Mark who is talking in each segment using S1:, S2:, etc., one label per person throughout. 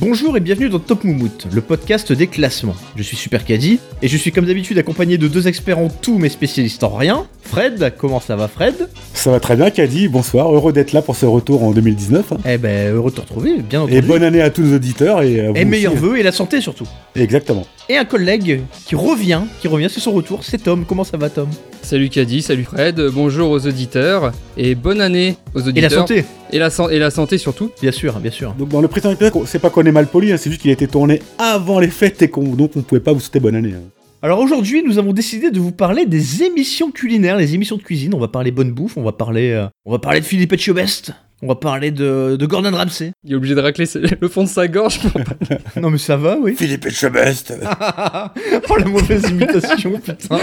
S1: Bonjour et bienvenue dans Top Moumout, le podcast des classements. Je suis Super Caddy et je suis comme d'habitude accompagné de deux experts en tout mais spécialistes en rien. Fred, comment ça va Fred
S2: Ça va très bien, Caddy. Bonsoir. Heureux d'être là pour ce retour en 2019. hein.
S1: Eh ben heureux de te retrouver, bien entendu.
S2: Et bonne année à tous nos auditeurs. Et, à vous
S1: Et meilleurs
S2: aussi.
S1: vœux et la santé surtout.
S2: Exactement.
S1: Et un collègue qui revient, qui revient, c'est son retour, c'est Tom. Comment ça va Tom
S3: Salut Caddy, salut Fred, euh, bonjour aux auditeurs et bonne année aux
S1: Et
S3: auditeurs.
S1: la santé,
S3: Et la, san- et la santé surtout.
S1: bien sûr, bien sûr.
S2: Donc, dans le présent épisode, c'est pas qu'on est mal poli, hein, c'est juste qu'il a été tourné avant les fêtes et qu'on donc on pouvait pas vous souhaiter bonne année. hein.
S1: Alors aujourd'hui, nous avons décidé de vous parler des émissions culinaires, les émissions de cuisine. On va parler bonne bouffe, on va parler, euh, on va parler de Philippe Etchebest, on va parler de, de Gordon Ramsay.
S3: Il est obligé de racler ses- le fond de sa gorge. pour-
S1: non mais ça va, oui.
S2: Philippe Etchebest.
S1: oh la mauvaise imitation, putain.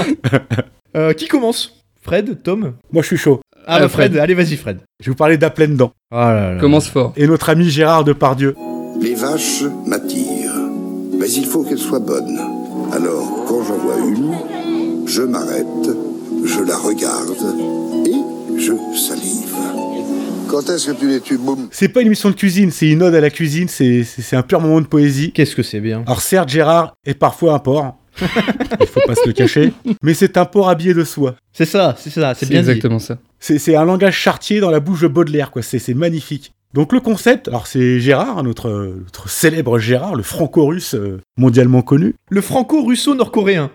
S1: Euh, qui commence Fred, Tom
S2: Moi, je suis chaud.
S1: Ah
S3: Euh,
S1: bah Fred,
S3: Fred.
S1: allez vas-y Fred.
S2: Je vais vous parler d'à pleine dents.
S1: Oh là là.
S3: Commence fort.
S2: Et notre ami Gérard Depardieu.
S4: Les vaches m'attirent, mais il faut qu'elles soient bonnes. Alors, quand j'en vois une, je m'arrête, je la regarde et je salive. Quand est-ce que tu les tues, boum
S2: C'est pas une émission de cuisine, c'est une ode à la cuisine, c'est- c'est c'est un pur moment de poésie.
S1: Qu'est-ce que c'est bien
S2: Alors certes, Gérard est parfois un porc, il faut pas se le cacher, mais c'est un porc habillé de soie.
S1: C'est ça, c'est ça, c'est bien
S3: exactement ça.
S2: C'est c'est un langage chartier dans la bouche de Baudelaire, quoi. C'est c'est magnifique. Donc le concept, alors c'est Gérard, hein, notre, euh, notre célèbre Gérard, le franco-russe euh, mondialement connu.
S1: dit. Le franco-russo-nord-coréen.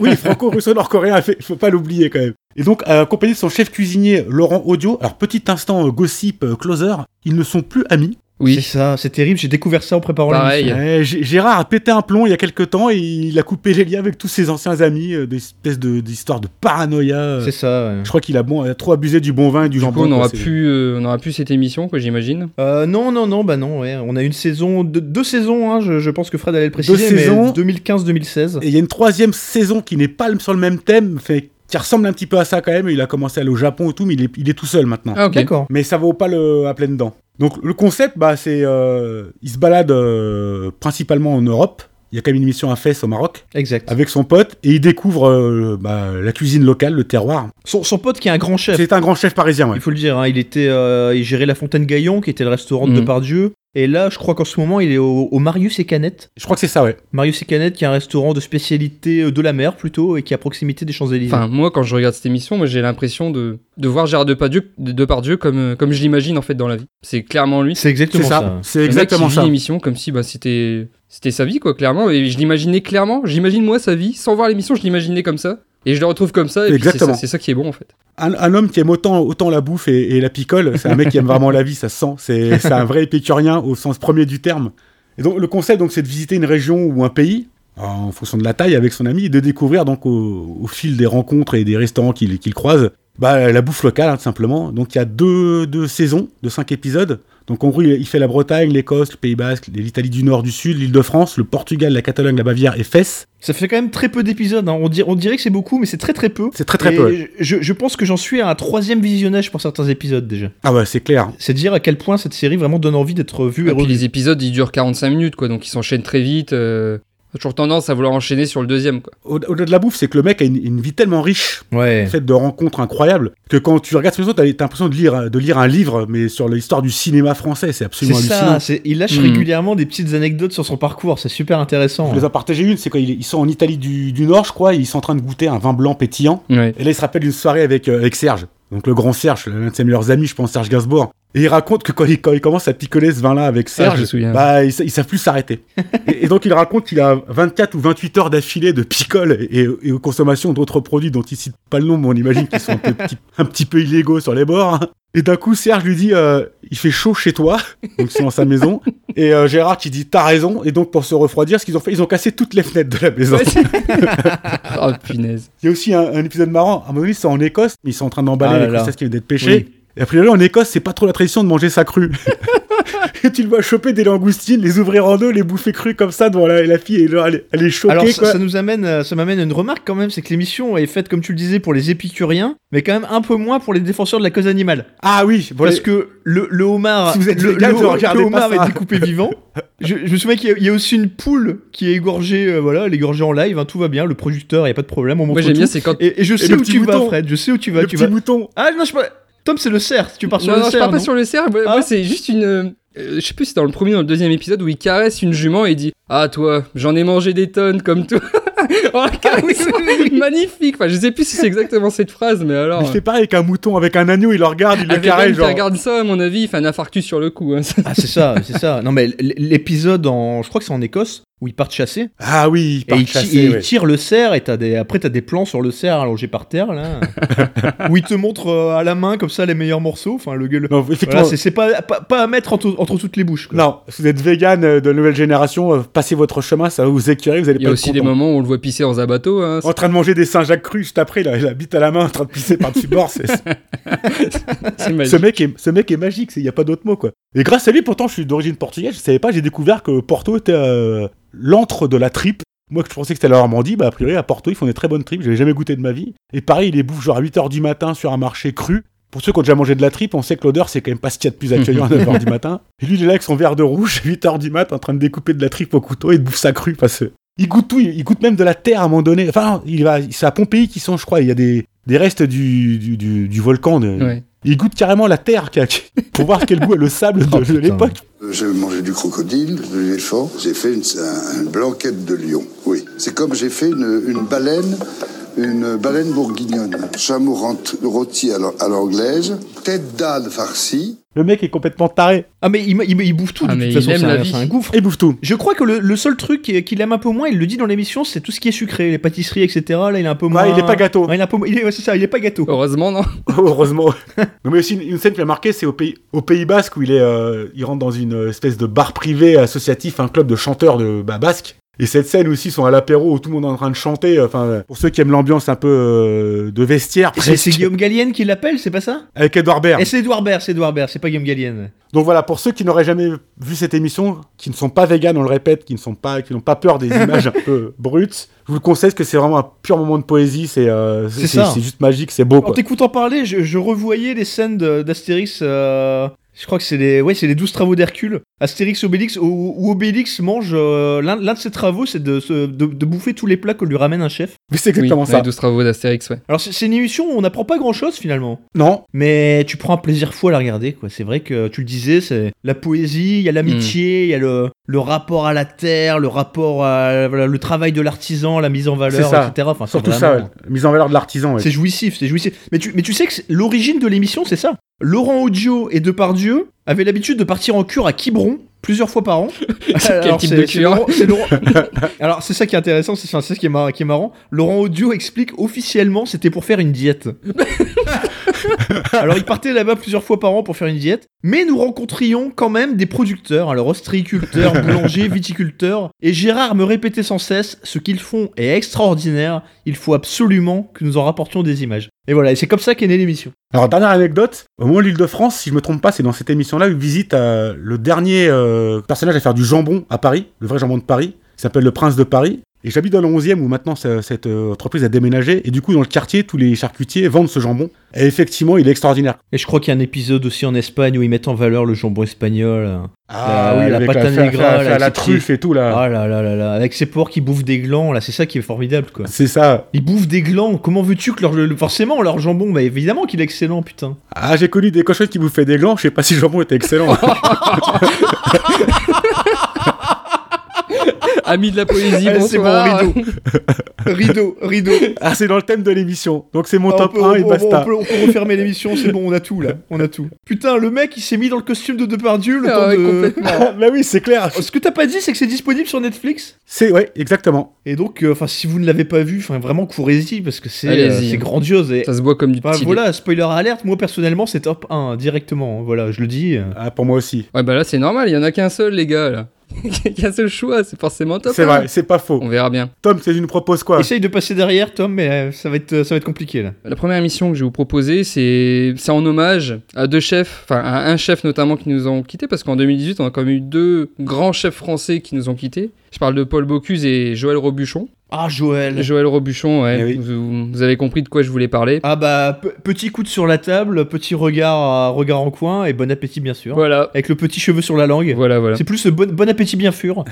S2: Oui, franco-russo-nord-coréen, il faut pas l'oublier quand même. Et donc, euh, accompagné de son chef cuisinier Laurent Audio, alors petit instant euh, gossip euh, closer, ils ne sont plus amis.
S1: C'est
S3: Oui.
S1: ça, c'est terrible, j'ai découvert ça en préparant
S3: Pareil.
S1: l'émission.
S2: Ouais, G- Gérard a pété un plomb il y a quelque temps et il a coupé les liens avec tous ses anciens amis, euh, des espèces de- d'histoires de, paranoïa. euh.
S1: C'est ça, ouais.
S2: Je crois qu'il a, bon, a trop abusé du bon vin et du
S3: Du coup,
S2: jambon.
S3: on
S2: quoi,
S3: aura,
S2: c'est-
S3: pu, euh, on aura pu cette émission, quoi, j'imagine.
S1: Euh, non, non, non, bah non, ouais. On a une saison, deux, deux saisons, hein, je, je pense que Fred allait le préciser, mais
S2: saisons.
S1: 2015-2016.
S2: Et il y a une troisième saison qui n'est pas sur le même thème, fait, qui ressemble un petit peu à ça quand même. Il a commencé à aller au Japon et tout, mais il est, il est tout seul maintenant.
S3: Ah, ok.
S1: D'accord.
S2: Mais ça vaut pas le, à pleines dents. Donc le concept, bah, c'est. euh, il se balade euh, principalement en Europe. Il y a quand même une émission à Fès au Maroc
S1: Exact.
S3: Ah,
S2: avec son pote et il découvre euh, bah, la cuisine locale, le terroir.
S1: Son, son pote qui est un grand chef,
S2: C'est un grand chef parisien, ouais.
S1: il faut le dire, hein, il était, euh, il gérait la Fontaine Gaillon, qui était le restaurant de
S3: Mhm.
S1: Depardieu. Et là, je crois qu'en ce moment, il est au, au Marius et Canette.
S2: Je crois que c'est ça, ouais.
S1: Marius et Canette, qui est un restaurant de spécialité euh, de la mer plutôt, et qui est à proximité des Champs-Élysées.
S3: Enfin, moi, quand je regarde cette émission, moi, j'ai l'impression de, de voir Gérard Depardieu, de- Depardieu comme, euh, comme je l'imagine, en fait, dans la vie. C'est clairement lui.
S1: c'est
S2: C'est
S1: exactement ça.
S2: ça. C'est
S3: Le mec qui
S2: exactement
S3: vit
S2: ça.
S3: l'émission comme si bah, c'était c'était sa vie, quoi, clairement. Et je l'imaginais clairement. J'imagine, moi, sa vie. Sans voir l'émission, je l'imaginais comme ça. Et je le retrouve comme ça. Et puis, c'est
S2: Exactement.
S3: ça- c'est ça qui est bon, en fait.
S2: Un, un homme qui aime autant, autant la bouffe et, et la picole, c'est un mec qui aime vraiment la vie, ça se sent. C'est c'est un vrai épicurien au sens premier du terme. Et donc, le concept, donc, c'est de visiter une région ou un pays, en fonction de la taille, avec son ami, et de découvrir, donc, au, au fil des rencontres et des restaurants qu'il qu'il croise, bah, la bouffe locale, hein, tout simplement. Donc, il y a deux, deux saisons de cinq épisodes. Donc, en gros, il il fait la Bretagne, l'Écosse, le Pays Basque, l'Italie du Nord, du Sud, l'île de France, le Portugal, la Catalogne, la Bavière et Fès.
S1: Ça fait quand même très peu d'épisodes. hein. On, dir- on dirait que c'est beaucoup, mais c'est très très peu.
S2: C'est très, très
S1: Et
S2: peu. ouais.
S1: Je, je pense que j'en suis à un troisième visionnage pour certains épisodes déjà.
S2: Ah ouais, c'est clair.
S1: C'est dire à quel point cette série vraiment donne envie d'être vue
S2: Ah,
S1: et
S3: Et puis
S1: revue.
S3: les épisodes, ils durent 45 minutes, quoi, donc ils s'enchaînent très vite. euh, on a toujours tendance à vouloir enchaîner sur le deuxième, quoi.
S2: Au- Au-delà de la bouffe, c'est que le mec a une- une vie tellement riche
S1: Ouais.
S2: fait de rencontres incroyables que quand tu regardes cette émission, t'as t'as l'impression de lire, de lire un livre, mais sur l'histoire du cinéma français. C'est
S1: C'est
S2: absolument hallucinant. Mhm.
S1: ça, c'est- il lâche
S3: Hmm.
S1: régulièrement des petites anecdotes sur son parcours, c'est super intéressant.
S2: Je les ai partagé une, c'est quand ils ils sont en Italie du, du Nord, je crois, et ils sont en train de goûter un vin blanc pétillant.
S3: Ouais.
S2: Et là, ils se rappellent une soirée avec, euh, avec Serge, donc le grand Serge, l'un de ses meilleurs amis, je pense, Serge Gainsbourg. Et il raconte que quand il, quand il commence à picoler ce vin-là avec
S3: Ah, je
S2: Serge,
S3: me souviens.
S2: bah, ils, sa- ils savent plus s'arrêter. et, et donc, il raconte qu'il a 24 ou 28 heures d'affilée de picole et, et aux consommations d'autres produits dont il cite pas le nom, mais on imagine qu'ils sont un, peu petit- un petit peu illégaux sur les bords. Et d'un coup, Serge lui dit euh, Il fait chaud chez toi, donc c'est dans sa maison. Et euh, Gérard qui dit T'as raison. Et donc, pour se refroidir, ce qu'ils ont fait, ils ont cassé toutes les fenêtres de la maison.
S3: oh punaise.
S2: Il y a aussi un, un épisode marrant. À un moment donné, c'est en Écosse, mais ils sont en train d'emballer
S1: Ah là
S2: les
S1: là.
S2: crustacés qui viennent d'être pêchés. Et a priori, en Écosse, c'est pas trop la tradition de manger ça cru. et tu le vois choper des langoustines, les ouvrir en deux, les bouffer crues comme ça devant la, la fille et là, elle, elle est choquée.
S1: Alors ça,
S2: quoi.
S1: ça nous amène, euh, ça m'amène à une remarque quand même, c'est que l'émission est faite comme tu le disais pour les épicuriens, mais quand même un peu moins pour les défenseurs de la cause animale,
S2: Ah oui, bon,
S1: parce
S2: les-
S1: que le, le homard,
S2: Si vous êtes
S1: le,
S2: vegan,
S1: le-
S2: ne regardez
S1: le
S2: pas
S1: homard
S2: ça.
S1: est découpé vivant. Je, je me souviens qu'il y, a- il y a aussi une poule qui est égorgée, euh, voilà, elle est égorgée en live, hein, tout va bien, le producteur, il y a pas de problème, on montre
S3: Moi j'aime
S1: tout.
S3: bien, c'est quand.
S1: Et, et je sais
S2: le
S1: où
S2: petit
S1: tu vas,
S2: mouton.
S1: Fred. Je sais où tu vas.
S2: le
S1: tu
S2: petit
S1: vas...
S2: mouton.
S1: Ah non, je, par- Tom, c'est le cerf. Tu pars sur
S3: non,
S1: le
S3: non, je
S1: cerf.
S3: parle pas
S1: non
S3: sur le cerf. Moi,
S1: Ah.
S3: moi, c'est juste une. euh, euh, je sais plus si c'est dans le premier ou dans le deuxième épisode où il caresse une jument et il dit Ah, toi, j'en ai mangé des tonnes comme toi. oh,
S2: Ah
S3: caresse Magnifique. Enfin, je sais plus si c'est exactement cette phrase, mais
S1: Ah,
S3: alors. euh,
S2: Il fait pareil avec un mouton, avec un agneau, il le regarde, il le
S3: Avec un
S2: carré,
S3: qui
S2: genre.
S3: regarde ça, à mon avis, il fait un infarctus sur le coup. hein.
S1: Ah, c'est ça, c'est ça. Non, mais l- l'épisode en. Je crois que c'est en Écosse où ils partent chasser.
S2: Ah oui, il
S1: Et
S2: part
S1: il, ti-
S2: chasser,
S1: et il
S2: ouais.
S1: tire le cerf, et t'as des... après t'as des plans sur le cerf allongé par terre, là. où il te montre euh, à la main, comme ça, les meilleurs morceaux. Enfin, le gueule.
S2: Non,
S1: Voilà,
S2: effectivement.
S1: c'est c'est pas, pas, pas à mettre entre, entre toutes les bouches. quoi.
S2: non, si vous êtes vegan euh, de nouvelle génération, euh, passez votre chemin, ça va vous écœurer, vous allez
S3: Il y
S2: pas
S3: a
S2: être
S3: aussi des
S2: content.
S3: moments où on le voit pisser dans un bateau. hein.
S2: En train de manger des Saint-Jacques crus juste après, là, la bite à la main, en train de pisser par-dessus bord. c'est- c'est-
S3: C'est magique.
S2: ce, mec est, ce mec est magique, il n'y a pas d'autre mot, quoi. Et grâce à lui, pourtant, je suis d'origine portugaise, je savais pas, j'ai découvert que Porto était euh, l'antre de la tripe. Moi, que je pensais que c'était la Normandie, bah, a priori, à Porto, ils font des très bonnes tripes, j'avais jamais goûté de ma vie. Et pareil, ils les bouffent genre à 8h du matin sur un marché cru. Pour ceux qui ont déjà mangé de la tripe, on sait que l'odeur, c'est quand même pas ce qu'il y a de plus accueillant à 9h du matin. Et lui, il est là avec son verre de rouge, 8h du mat, en train de découper de la tripe au couteau et de bouffe sa crue. Enfin, c'est- il goûte tout, il il goûte même de la terre à un moment donné. Enfin, il va, c'est à Pompéi qu'ils sont, je crois. Il y a des, des restes du, du, du- du volcan. de-
S3: Ouais.
S2: Il goûte carrément la terre qui a- qui- pour voir quel goût a le sable de,
S1: Oh,
S2: de
S1: putain.
S2: l'époque.
S4: Euh, J'ai mangé du crocodile, de l'éléphant. J'ai fait une, un- une blanquette de lion. Oui. C'est comme j'ai fait une, une baleine, une baleine bourguignonne. Chameau rent- rôti à l'an- à l'anglaise, tête d'âne farcie.
S2: Le mec est complètement taré.
S1: Ah, mais il, ma- il, ma- il bouffe tout,
S3: Ah,
S1: de
S3: mais
S1: toute
S3: il
S1: façon,
S3: aime
S1: c'est
S3: la
S1: un,
S3: vie.
S1: c'est un gouffre.
S2: Et bouffe tout.
S1: Je crois que le, le seul truc qui- qu'il aime un peu moins, il le dit dans l'émission, c'est tout ce qui est sucré, les pâtisseries, etc. Là, il est un peu moins.
S2: il est pas gâteau.
S1: Ouais, il est un peu- il est- ouais, c'est ça, il est pas gâteau.
S3: Heureusement, non.
S2: Heureusement. non, mais aussi une, une scène qui m'a marqué, c'est au pays, au pays Basque où il est, euh, il rentre dans une espèce de bar privé associatif, un club de chanteurs de bah, basque. Et cette scène aussi, ils sont à l'apéro où tout le monde est en train de chanter. Enfin, euh, pour ceux qui aiment l'ambiance un peu euh, de vestiaire,
S1: Et C'est c'est
S2: presque,
S1: Guillaume Gallienne qui l'appelle, c'est pas ça
S2: avec Edouard Baird.
S1: Et c'est Edouard Baird, c'est Edouard Baird, c'est pas Guillaume Gallienne.
S2: Donc voilà, pour ceux qui n'auraient jamais vu cette émission, qui ne sont pas véganes, on le répète, qui ne sont pas, qui n'ont pas peur des images un peu brutes, je vous le conseille parce que c'est vraiment un pur moment de poésie. C'est euh,
S1: C'est
S2: c'est
S1: ça.
S2: c'est juste magique, c'est beau.
S1: En
S2: Quoi.
S1: t'écoutant parler, je, je revoyais les scènes de- d'Astérix. euh, je crois que c'est les, ouais, c'est les 12 travaux d'Hercule. Astérix, Obélix, où, où Obélix mange. euh, L'un l'un de ses travaux, c'est de, se- de- de bouffer tous les plats que lui ramène un chef.
S2: Mais c'est
S3: Oui,
S2: exactement
S3: dans
S2: ça.
S3: les 12 travaux d'Astérix, ouais.
S1: Alors, c'est c'est une émission où on n'apprend pas grand chose finalement.
S2: Non,
S1: Ah, Mais tu prends un plaisir fou à la regarder, quoi. C'est vrai que tu le disais, c'est la poésie, il y a
S2: Hmm.
S1: l'amitié, il y a le, le rapport à la terre, le rapport à voilà, le travail de l'artisan, la mise en
S2: C'est
S1: valeur,
S2: ça.
S1: etc. Enfin, c'est
S2: surtout
S1: vraiment-
S2: ça, ouais. mise en valeur de l'artisan. ouais.
S1: C'est jouissif, c'est jouissif. Mais tu, mais tu sais que c'est- l'origine de l'émission, c'est ça. Laurent Audio et Depardieu avaient l'habitude de partir en cure à Quiberon plusieurs fois par an. Alors,
S3: type
S1: c'est-
S3: de
S1: c'est
S3: cure
S1: Laurent- c'est Laurent- Alors, c'est ça qui est intéressant, c'est c'est ce qui est, marrant, qui est marrant. Laurent Audio explique officiellement c'était pour faire une diète. Alors, il partait là-bas plusieurs fois par an pour faire une diète. Mais nous rencontrions quand même des producteurs, alors ostréiculteurs, boulangers, viticulteurs. Et Gérard me répétait sans cesse ce qu'ils font est extraordinaire. Il faut absolument que nous en rapportions des images. Et voilà, et c'est comme ça qu'est née l'émission.
S2: Alors, dernière anecdote, au moins l'Île-de-France, si je me trompe pas, c'est dans cette émission-là où visite euh, le dernier euh, personnage à faire du jambon à Paris, le vrai jambon de Paris, qui s'appelle le Prince de Paris. Et j'habite dans le 11e où maintenant ça- cette euh, entreprise a déménagé. Et du coup, dans le quartier, tous les charcutiers vendent ce jambon. Et effectivement, il est extraordinaire.
S1: Et je crois qu'il y a un épisode aussi en Espagne où ils mettent en valeur le jambon espagnol. Ah oui, la
S2: avec
S1: pâte à
S2: fa-
S1: negra,
S2: fa-
S1: là,
S2: fa- la
S1: c'est
S2: truffe et tout là.
S1: Ah là là là là, avec ces porcs qui bouffent des glands, là, c'est ça qui est formidable quoi.
S2: C'est ça.
S1: Ils bouffent des glands, comment veux-tu que leur. le- forcément, leur jambon, bah évidemment qu'il est excellent, putain.
S2: Ah, j'ai connu des cochons qui bouffaient des glands. Je sais pas si le jambon était excellent.
S3: Ami de la poésie,
S1: Eh, c'est
S3: bonsoir.
S1: bon, Rideau, rideau.
S2: ah, c'est dans le thème de l'émission. Donc c'est mon
S1: Ah,
S2: top
S1: on peut-
S2: 1
S1: on-
S2: et
S1: on-
S2: basta.
S1: On peut, on peut refermer l'émission, c'est bon, on a tout là, on a tout. Putain, le mec il s'est mis dans le costume de Depardieu le
S3: Ah
S1: temps
S3: ouais,
S1: de. Oh,
S3: complètement.
S2: bah oui, c'est clair.
S1: Ce que t'as pas dit, c'est que c'est disponible sur Netflix.
S2: C'est ouais, exactement.
S1: Et donc, euh, enfin, si vous ne l'avez pas vu, enfin, vraiment courez-y parce que c'est euh,
S3: Allez-y.
S1: c'est grandiose. Et
S3: Ça se boit comme du
S1: enfin,
S3: petit
S1: Bah,
S3: lait.
S1: voilà, spoiler alerte. Moi personnellement, c'est top 1 directement. hein, Voilà, je le dis. euh.
S2: Ah, pour moi aussi.
S3: Ouais, bah là, c'est normal, il y en a qu'un seul, les gars, là. Il y a qu'un seul choix, c'est forcément top.
S2: C'est
S3: hein.
S2: vrai, c'est pas faux.
S3: On verra bien.
S2: Tom, tu nous proposes quoi
S1: Essaye de passer derrière, Tom, mais euh, ça va être euh, ça va être compliqué là.
S3: La première émission que je vais vous proposer, c'est c'est en hommage à deux chefs, enfin à un chef notamment qui nous ont quittés, parce qu'en 2018, on a quand même eu deux grands chefs français qui nous ont quittés. Je parle de Paul Bocuse et Joël Robuchon.
S1: Ah Joël.
S3: Joël Robuchon, ouais,
S2: Eh oui.
S3: vous, vous avez compris de quoi je voulais parler.
S1: Ah bah pe- petit coude sur la table, petit regard à- regard en coin et bon appétit bien sûr.
S3: Voilà,
S1: Avec le petit cheveu sur la langue.
S3: voilà, voilà.
S1: C'est plus euh, bon, bon appétit bien sûr.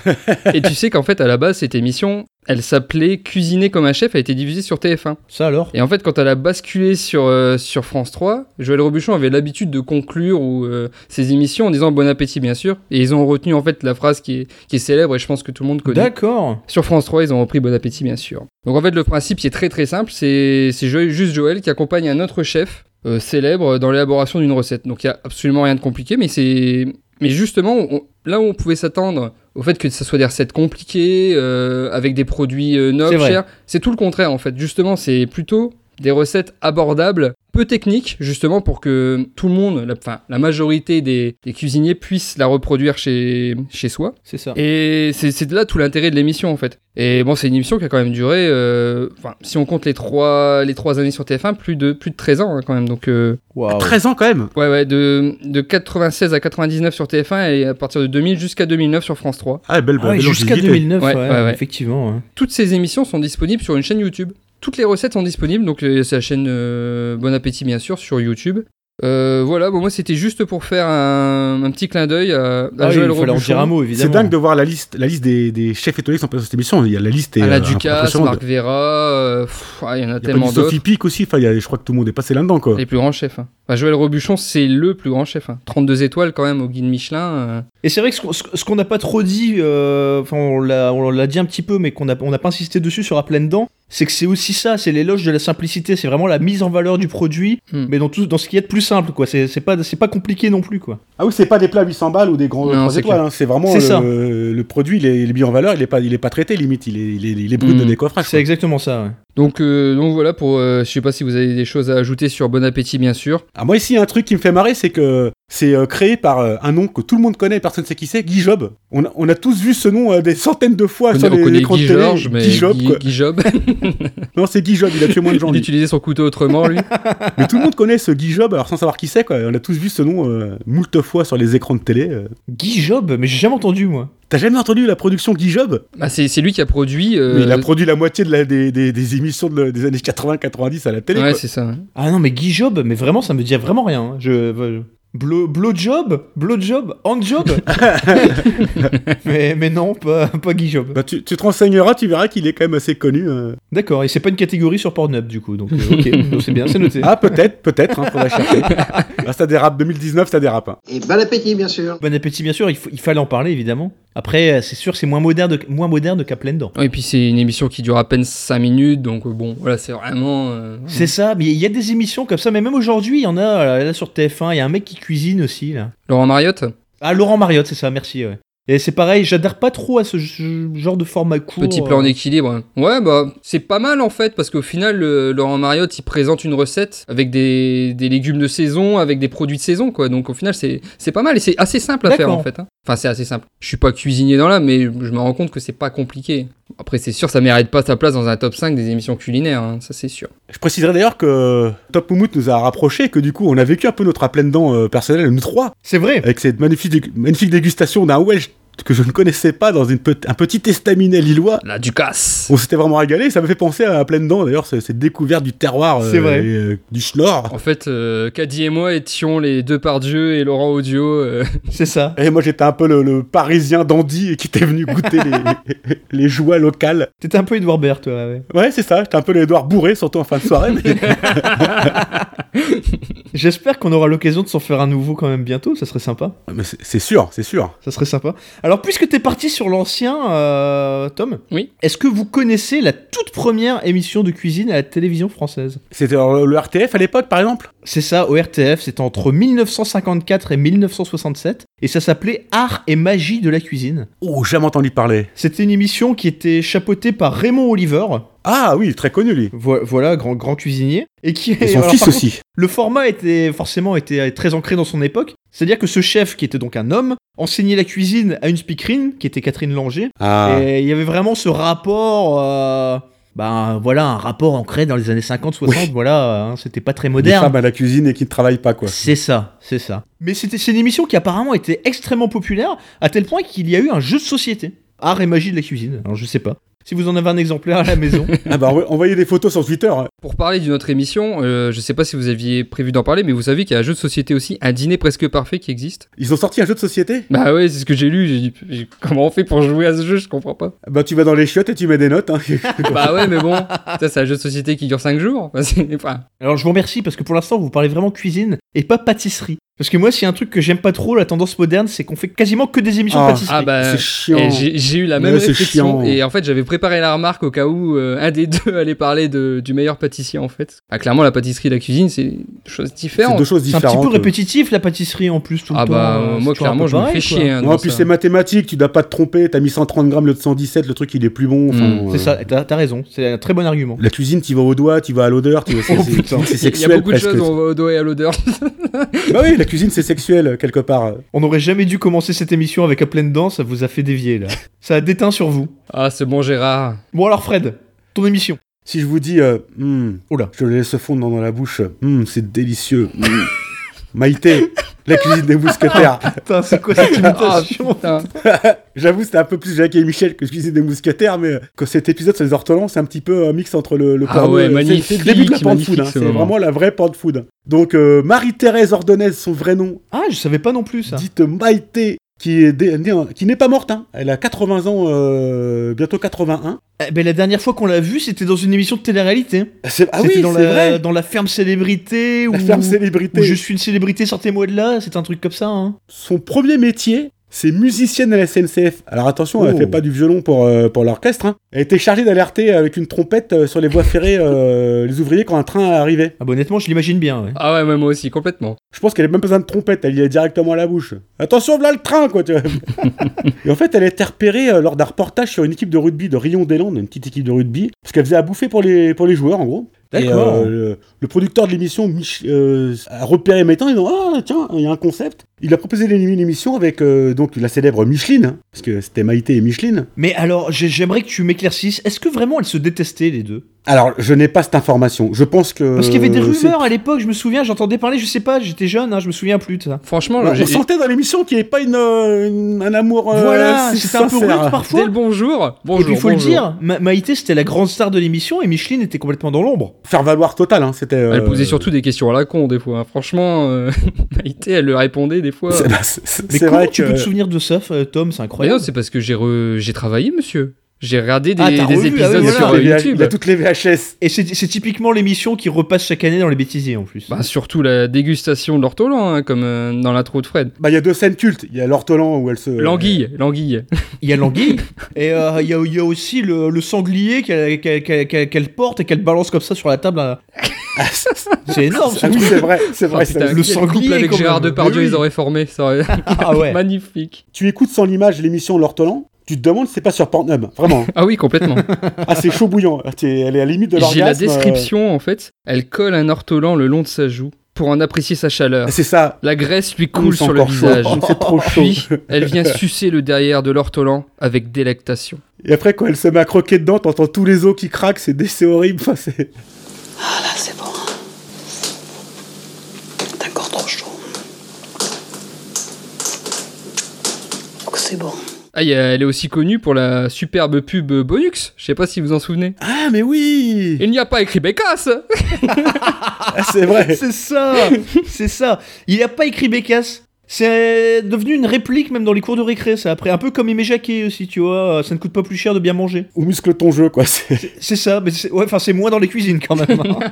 S3: Et tu sais qu'en fait, à la base, cette émission, elle s'appelait Cuisiner comme un chef, a été diffusée sur TF1.
S1: Ça alors
S3: Et en fait, quand elle a basculé sur, euh, sur France 3, Joël Robuchon avait l'habitude de conclure ou, euh, ses émissions en disant bon appétit, bien sûr. Et ils ont retenu en fait la phrase qui est, qui est célèbre et je pense que tout le monde connaît.
S1: D'accord.
S3: Sur France 3, ils ont repris bon appétit, bien sûr. Donc en fait, le principe, c'est très très simple. C'est c'est Joël- juste Joël qui accompagne un autre chef euh, célèbre dans l'élaboration d'une recette. Donc il n'y a absolument rien de compliqué, mais c'est. Mais justement, on- là où on pouvait s'attendre au fait que ça soit des recettes compliquées, euh, avec des produits euh,
S1: C'est
S3: nobles,
S1: vrai.
S3: chers, c'est tout le contraire en fait. Justement, c'est plutôt des recettes abordables, peu techniques, justement pour que tout le monde, la, enfin la majorité des, des cuisiniers puissent la reproduire chez, chez soi.
S1: C'est ça.
S3: Et c'est c'est de là tout l'intérêt de l'émission en fait. Et bon, c'est une émission qui a quand même duré, euh, enfin, si on compte les trois, les trois années sur TF1, plus de, plus de 13 ans hein, quand même. Donc, euh,
S1: Waouh.
S2: 13 ans quand même
S3: ouais, ouais, de, de 96 à 99 sur TF1 et à partir de 2000 jusqu'à 2009 sur France 3.
S2: Ah, belle,
S1: Ah
S2: belle
S1: ouais, Jusqu'à
S2: longévité.
S1: 2009,
S3: Ouais,
S1: ouais,
S3: ouais, ouais.
S1: effectivement. hein. ouais.
S3: Toutes ces émissions sont disponibles sur une chaîne YouTube. Toutes les recettes sont disponibles, donc euh, c'est la chaîne euh, Bon Appétit bien sûr sur YouTube. Euh, voilà, bon, moi c'était juste pour faire un, un petit clin d'œil à, à
S1: Ah oui,
S3: Joël
S1: il fallait en dire
S3: Robuchon,
S1: un mot,
S2: C'est
S1: évidemment.
S2: dingue de voir la liste, la liste des, des chefs étoilés qui sont passés dans cette émission. Il y a la liste est
S3: à
S2: euh,
S3: la Ducasse,
S2: impressionnante.
S3: Marc Vera, euh, pff, ah, il y
S2: Il
S3: en a
S2: y a pas
S3: tellement
S2: du
S3: d'autres.
S2: Sophie Pic aussi. Enfin, il y a- je crois que tout le monde est passé là-dedans quoi.
S3: Les plus grands chefs. hein. Enfin, Joël Robuchon, c'est le plus grand chef. hein. 32 étoiles quand même au guide Michelin. euh.
S1: Et c'est vrai que ce qu'on- ce ce qu'on n'a pas trop dit, euh, enfin on l'a- on l'a dit un petit peu, mais qu'on n'a on n'a pas insisté dessus sur à pleines dents, c'est que c'est aussi ça, c'est l'éloge de la simplicité, c'est vraiment la mise en valeur du produit,
S3: Hmm.
S1: mais dans, tout, dans ce qui est de plus simple, quoi. C'est c'est pas, c'est pas compliqué non plus, quoi.
S2: Ah oui, c'est pas des plats 800 balles ou des grands
S3: Non,
S2: trois
S3: c'est
S2: étoiles. hein. C'est vraiment
S1: C'est ça.
S2: le, le produit, il est, il est mis en valeur. Il est pas, il est pas traité limite. Il est, il est, il est brut
S3: Mm.
S2: de décoffrage.
S1: C'est
S2: quoi.
S1: exactement ça, ouais.
S3: Donc, euh, donc voilà, pour, euh, je sais pas si vous avez des choses à ajouter sur Bon Appétit, bien sûr.
S2: Ah, moi ici, un truc qui me fait marrer, c'est que c'est euh, créé par euh, un nom que tout le monde connaît, personne ne sait qui c'est, Guy Job. On a, on a tous vu ce nom euh, des centaines de fois
S3: On
S2: sur
S3: connaît, on
S2: les
S3: connaît
S2: écrans de
S3: Guy
S2: télé.
S3: Georges, mais
S2: Guy Job,
S3: Guy,
S2: quoi.
S3: Guy Job,
S2: Non, c'est Guy Job. Il a tué moins de gens.
S3: il
S2: lui.
S3: utilisait son couteau autrement, lui.
S2: Mais tout le monde connaît ce Guy Job, alors sans savoir qui c'est, quoi. On a tous vu ce nom euh, moult fois sur les écrans de télé. euh.
S1: Guy Job, mais j'ai jamais entendu, moi.
S2: T'as jamais entendu la production Guy Job
S3: Bah, c'est c'est lui qui a produit. euh,
S2: Mais il a produit la moitié de la- des, des- des émissions de- des années 80-90 à la télé.
S3: Ouais,
S2: quoi.
S3: c'est ça. ouais.
S1: Ah non, mais Guy Job, mais vraiment, ça me dit vraiment rien. hein. Je. je- Blow, blowjob Blowjob Handjob mais, mais non, pas, pas Guy Job.
S2: Bah, tu, tu te renseigneras, tu verras qu'il est quand même assez connu. euh.
S1: D'accord, et c'est pas une catégorie sur Pornhub du coup, donc euh, ok, donc c'est bien, c'est noté.
S2: Ah, peut-être, peut-être, hein, faudra chercher. Ah, ça dérape, 2019, ça dérape. hein.
S5: Et bon appétit, bien sûr.
S1: Bon appétit, bien sûr, il, faut- il fallait en parler évidemment. Après, euh, c'est sûr, c'est moins moderne, moins moderne qu'à pleines dents.
S3: Ouais, Et puis c'est une émission qui dure à peine 5 minutes, donc euh, bon, voilà, c'est vraiment. euh,
S1: C'est ça, mais il y a des émissions comme ça, mais même aujourd'hui, il y en a là, là, sur TF1, il y a un mec qui cuisine aussi là.
S3: Laurent Mariotte,
S1: Ah, Laurent Mariotte, c'est ça, merci, ouais. Et c'est pareil, j'adhère pas trop à ce ge- genre de format court.
S3: petit plat en
S1: euh.
S3: équilibre. Ouais, bah, c'est pas mal en fait, parce qu'au final, le- Laurent Mariotte, il présente une recette avec des, des légumes de saison, avec des produits de saison, quoi. Donc au final, c'est c'est pas mal et c'est assez simple à faire
S1: D'accord.
S3: en fait. hein. Enfin, c'est assez simple. Je suis pas cuisinier dans l'âme, mais je me rends compte que c'est pas compliqué. Après, c'est sûr, ça mérite pas sa place dans un top 5 des émissions culinaires, hein, ça c'est sûr.
S2: Je préciserai d'ailleurs que euh, Top Moumout nous a rapprochés, que du coup, on a vécu un peu notre à pleine dents euh, personnelle, nous trois,
S1: C'est vrai,
S2: avec cette magnifique, dég- magnifique dégustation d'un Welsh que je ne connaissais pas dans une pe- un petit estaminet lillois.
S3: La Ducasse
S2: On s'était vraiment régalé, ça me fait penser à, pleine dent d'ailleurs, ce- cette découverte du terroir euh,
S1: C'est vrai.
S2: et, euh, du schnorr.
S3: En fait, euh, Caddy et moi étions les deux par Dieu et Laurent Audio. euh,
S1: c'est ça.
S2: Et moi j'étais un peu le, le parisien dandy qui était venu goûter les, les joies locales.
S1: T'étais un peu Edouard Baird, toi, ouais.
S2: Ouais, c'est ça, j'étais un peu le Edouard bourré, surtout en fin de soirée. mais-
S1: J'espère qu'on aura l'occasion de s'en faire un nouveau quand même bientôt, ça serait sympa.
S2: Ah, Mais c'est c'est sûr, c'est sûr.
S1: Ça serait sympa. Alors, puisque t'es parti sur l'ancien, euh, Tom,
S3: Oui.
S1: est-ce que vous connaissez la toute première émission de cuisine à la télévision française
S2: C'était le le RTF à l'époque par exemple
S1: C'est ça, au RTF, c'était entre 1954 et 1967, et ça s'appelait Art et magie de la cuisine.
S2: Oh, jamais entendu parler.
S1: C'était une émission qui était chapeautée par Raymond Oliver,
S2: Ah oui, très connu lui.
S1: vo- voilà, grand, grand cuisinier, et qui
S2: Et son
S1: alors,
S2: fils
S1: par
S2: aussi.
S1: Le format était forcément était euh, très ancré dans son époque, c'est-à-dire que ce chef, qui était donc un homme, enseignait la cuisine à une speakerine, qui était Catherine Langer,
S2: Ah.
S1: et il y avait vraiment ce rapport... euh, ben voilà, un rapport ancré dans les années 50-60,
S2: Oui.
S1: voilà, hein, c'était pas très
S2: Des
S1: moderne.
S2: femmes à la cuisine et qui ne travaillent pas quoi.
S1: C'est ça, c'est ça. Mais c'était c'est une émission qui apparemment était extrêmement populaire, à tel point qu'il y a eu un jeu de société. Art et magie de la cuisine, alors je sais pas. Si vous en avez un exemplaire à la maison.
S2: Ah bah, envo- envoyez des photos sur Twitter.
S3: Pour parler d'une autre émission, euh, je sais pas si vous aviez prévu d'en parler, mais vous savez qu'il y a un jeu de société aussi, un dîner presque parfait qui existe.
S2: Ils ont sorti un jeu de société
S3: Bah ouais, c'est ce que j'ai lu. J'ai dit, j'ai- comment on fait pour jouer à ce jeu Je comprends pas.
S2: Bah, tu vas dans les chiottes et tu mets des notes. hein.
S3: bah ouais, mais bon, ça c'est un jeu de société qui dure 5 jours. C'est- enfin,
S1: Alors je vous remercie parce que pour l'instant vous parlez vraiment cuisine et pas pâtisserie. Parce que moi s'il y a un truc que j'aime pas trop, la tendance moderne, c'est qu'on fait quasiment que des émissions
S2: Ah.
S1: de pâtisserie.
S3: ah bah.
S2: C'est chiant.
S3: et j'ai j'ai eu la même
S2: Ouais, c'est
S3: réflexion
S2: chiant.
S3: et en fait j'avais préparé la remarque au cas où euh, un des deux allait parler de, du meilleur pâtissier en fait. Ah clairement la pâtisserie et la cuisine c'est des choses
S2: C'est
S3: différentes. euh.
S2: deux choses
S1: c'est un petit
S2: différentes.
S1: peu répétitif la pâtisserie en plus tout le
S3: Ah
S1: temps.
S3: bah
S1: euh, c'est toujours
S3: moi
S1: un
S3: clairement
S1: peu
S3: je me
S1: pareil,
S3: fais
S1: quoi.
S3: chier. hein,
S2: Non,
S3: dans
S2: puis
S3: ça.
S2: c'est mathématique, tu dois pas te tromper, t'as mis 130 grammes le 117, le truc il est plus bon. enfin,
S3: Mm,
S2: euh,
S1: C'est ça, t'as t'as raison, c'est un très bon argument.
S2: La cuisine, tu vas au doigt, tu vas à l'odeur, tu c'est,
S1: Oh,
S2: c'est-
S1: putain.
S2: c'est
S3: Il y a
S2: sexuel
S3: beaucoup de
S2: presque.
S3: choses où on va au doigt et à l'odeur.
S2: Bah oui, la cuisine c'est sexuel quelque part.
S1: On n'aurait jamais dû commencer cette émission avec à pleine dent, ça vous a fait dévier là. ça a déteint sur vous.
S3: Ah c'est bon Gérard.
S1: Bon alors Fred, ton émission.
S2: Si je vous dis, euh, Hmm,
S1: Oula.
S2: je te le laisse fondre dans la bouche, Hmm, c'est délicieux. Hmm. Maïté, la cuisine des mousquetaires.
S1: Putain, c'est quoi cette
S3: Ah,
S1: imitation
S3: putain.
S2: J'avoue, c'était un peu plus Jacques et Michel que je cuisine des mousquetaires, mais euh, que cet épisode sur les ortolans, c'est un petit peu un mix entre le, le
S3: Ah
S2: porno
S3: ouais,
S2: et- c'est-
S3: magnifique,
S2: C'est le début de la porn
S3: magnifique,
S2: food, hein,
S3: ce
S2: c'est
S3: moment.
S2: vraiment la vraie porn food. Donc euh, Marie-Thérèse Ordonez, son vrai nom,
S1: Ah, je savais pas non plus ça.
S2: dite Maïté, qui est dé- née en- qui n'est pas morte. hein. Elle a 80 ans, euh, bientôt 81.
S1: Eh ben, la dernière fois qu'on l'a vu, c'était dans une émission de télé-réalité.
S2: C'est- Ah
S1: c'était
S2: oui,
S1: dans
S2: c'est
S1: la,
S2: vrai.
S1: dans la ferme célébrité
S2: La
S1: ou-
S2: ferme
S1: ou
S2: célébrité.
S1: je suis une célébrité, sortez-moi de là, c'est un truc comme ça. Hein.
S2: Son premier métier, c'est musicienne à la SNCF. Alors attention, elle
S1: Oh.
S2: fait pas du violon pour, euh, pour l'orchestre. hein. Elle était chargée d'alerter avec une trompette euh, sur les voies ferrées euh, les ouvriers quand un train arrivait.
S1: Ah bah, honnêtement, je l'imagine bien. Ouais.
S3: Ah ouais mais moi aussi complètement.
S2: Je pense qu'elle avait même pas besoin de trompette, elle y est directement à la bouche. Attention, voilà le train, quoi, tu vois. Et en fait, elle a été repérée euh, lors d'un reportage sur une équipe de rugby de Rion des Landes, une petite équipe de rugby, parce qu'elle faisait à bouffer pour les, pour les joueurs, en gros. Et,
S1: D'accord.
S2: euh, le, le producteur de l'émission Mich- euh, a repéré maintenant, ils ont ah tiens, il y a un concept. Il a proposé l'é- l'émission avec euh, donc la célèbre Micheline, hein, parce que c'était Maïté et Micheline.
S1: Mais alors, j'ai- j'aimerais que tu m'éclaircisses. Est-ce que vraiment elles se détestaient les deux
S2: Alors, je n'ai pas cette information. Je pense que
S1: Parce qu'il y avait des
S2: euh, c'est-
S1: rumeurs à l'époque, je me souviens, j'entendais parler, je sais pas, j'étais jeune, hein, je me souviens plus de ça.
S3: Franchement
S2: Alors,
S3: j'ai-
S2: on sentait dans l'émission qu'il n'y avait pas une, euh, une- un amour. euh,
S1: voilà,
S2: si
S1: c'était un peu rude
S2: sincère.
S3: dès
S1: parfois.
S3: le bonjour. Bonjour.
S1: Et puis, il faut le
S3: bonjour.
S1: dire, Ma- Maïté, c'était la grande star de l'émission et Micheline était complètement dans l'ombre.
S2: Faire valoir total, hein, c'était. euh,
S3: Elle posait surtout des questions à la con des fois. hein. Franchement, euh, Maïté, elle le répondait des fois.
S2: C'est bah, c'est- c'est-
S1: Mais
S2: c'est
S1: comment
S2: vrai
S1: tu
S2: que.
S1: peux te souvenir de ça, f- euh, Tom C'est
S3: Mais non,
S1: incroyable.
S3: c'est parce que j'ai re- j'ai travaillé, monsieur. J'ai regardé des,
S1: Ah, t'as
S3: des
S1: revu,
S3: épisodes
S1: ah oui,
S2: il, y a
S1: voilà.
S3: sur
S2: toutes les
S3: euh,
S2: VH
S3: YouTube.
S2: il y a toutes les VHS.
S1: et c'est c'est typiquement l'émission qui repasse chaque année dans les bêtisiers en plus.
S3: Bah, surtout la dégustation de l'ortolan, hein, comme euh, dans l'intro de Fred.
S2: Bah, il y a deux scènes cultes. Il y a l'ortolan où elle se.
S3: L'anguille, l'anguille.
S1: Il y a l'anguille, et euh, il y, a- il y a aussi le, le sanglier qu'elle qu'elle- qu'elle- qu'elle- qu'elle porte et qu'elle balance comme ça sur la table. hein.
S2: Ah, c'est-
S1: C'est énorme ce
S2: ah oui,
S1: truc.
S2: c'est vrai, c'est
S3: Ah,
S2: vrai. c'est
S3: putain,
S2: vrai.
S1: le
S3: quel
S1: sanglier,
S3: couple avec
S1: quand
S3: Gérard
S1: même.
S3: Depardieu,
S1: Mais oui.
S3: ils auraient formé. Ça aurait...
S1: Ah ouais.
S3: Magnifique.
S2: tu écoutes sans l'image l'émission L'Ortolan, tu te demandes si c'est pas sur Pornhub. Vraiment.
S3: Ah oui, complètement.
S2: ah, c'est chaud bouillant. T'es- Elle est à la limite de l'orgasme.
S3: J'ai la
S2: euh.
S3: description, en fait. Elle colle un ortolan le long de sa joue pour en apprécier sa chaleur.
S2: euh. Ah, C'est ça.
S3: La graisse lui
S2: Ouh,
S3: coule
S2: c'est
S3: sur le
S2: encore chaud.
S3: visage.
S2: C'est trop chaud.
S3: Puis, elle vient sucer le derrière de l'ortolan avec délectation.
S2: Et après, quand elle se met à croquer dedans, t'entends tous les os qui craquent, c'est dé- c'est horrible. Enfin, c'est-
S5: Ah là, c'est bon. C'est encore trop chaud. Oh, C'est bon.
S3: Ah, il y a- elle est aussi connue pour la superbe pub Bonux. Je sais pas si vous en souvenez.
S2: Ah, mais oui
S3: Il n'y a pas écrit Bécasse
S2: Ah, C'est vrai.
S1: C'est ça, c'est ça. Il a pas écrit Bécasse. C'est devenu une réplique même dans les cours de récré, ça. Après, un peu comme Aimé Jacquet aussi, tu vois. euh, Ça ne coûte pas plus cher de bien manger.
S2: Ou muscle ton jeu, quoi. C'est-
S1: C'est ça, mais c'est ouais, enfin, c'est moins dans les cuisines quand même. hein.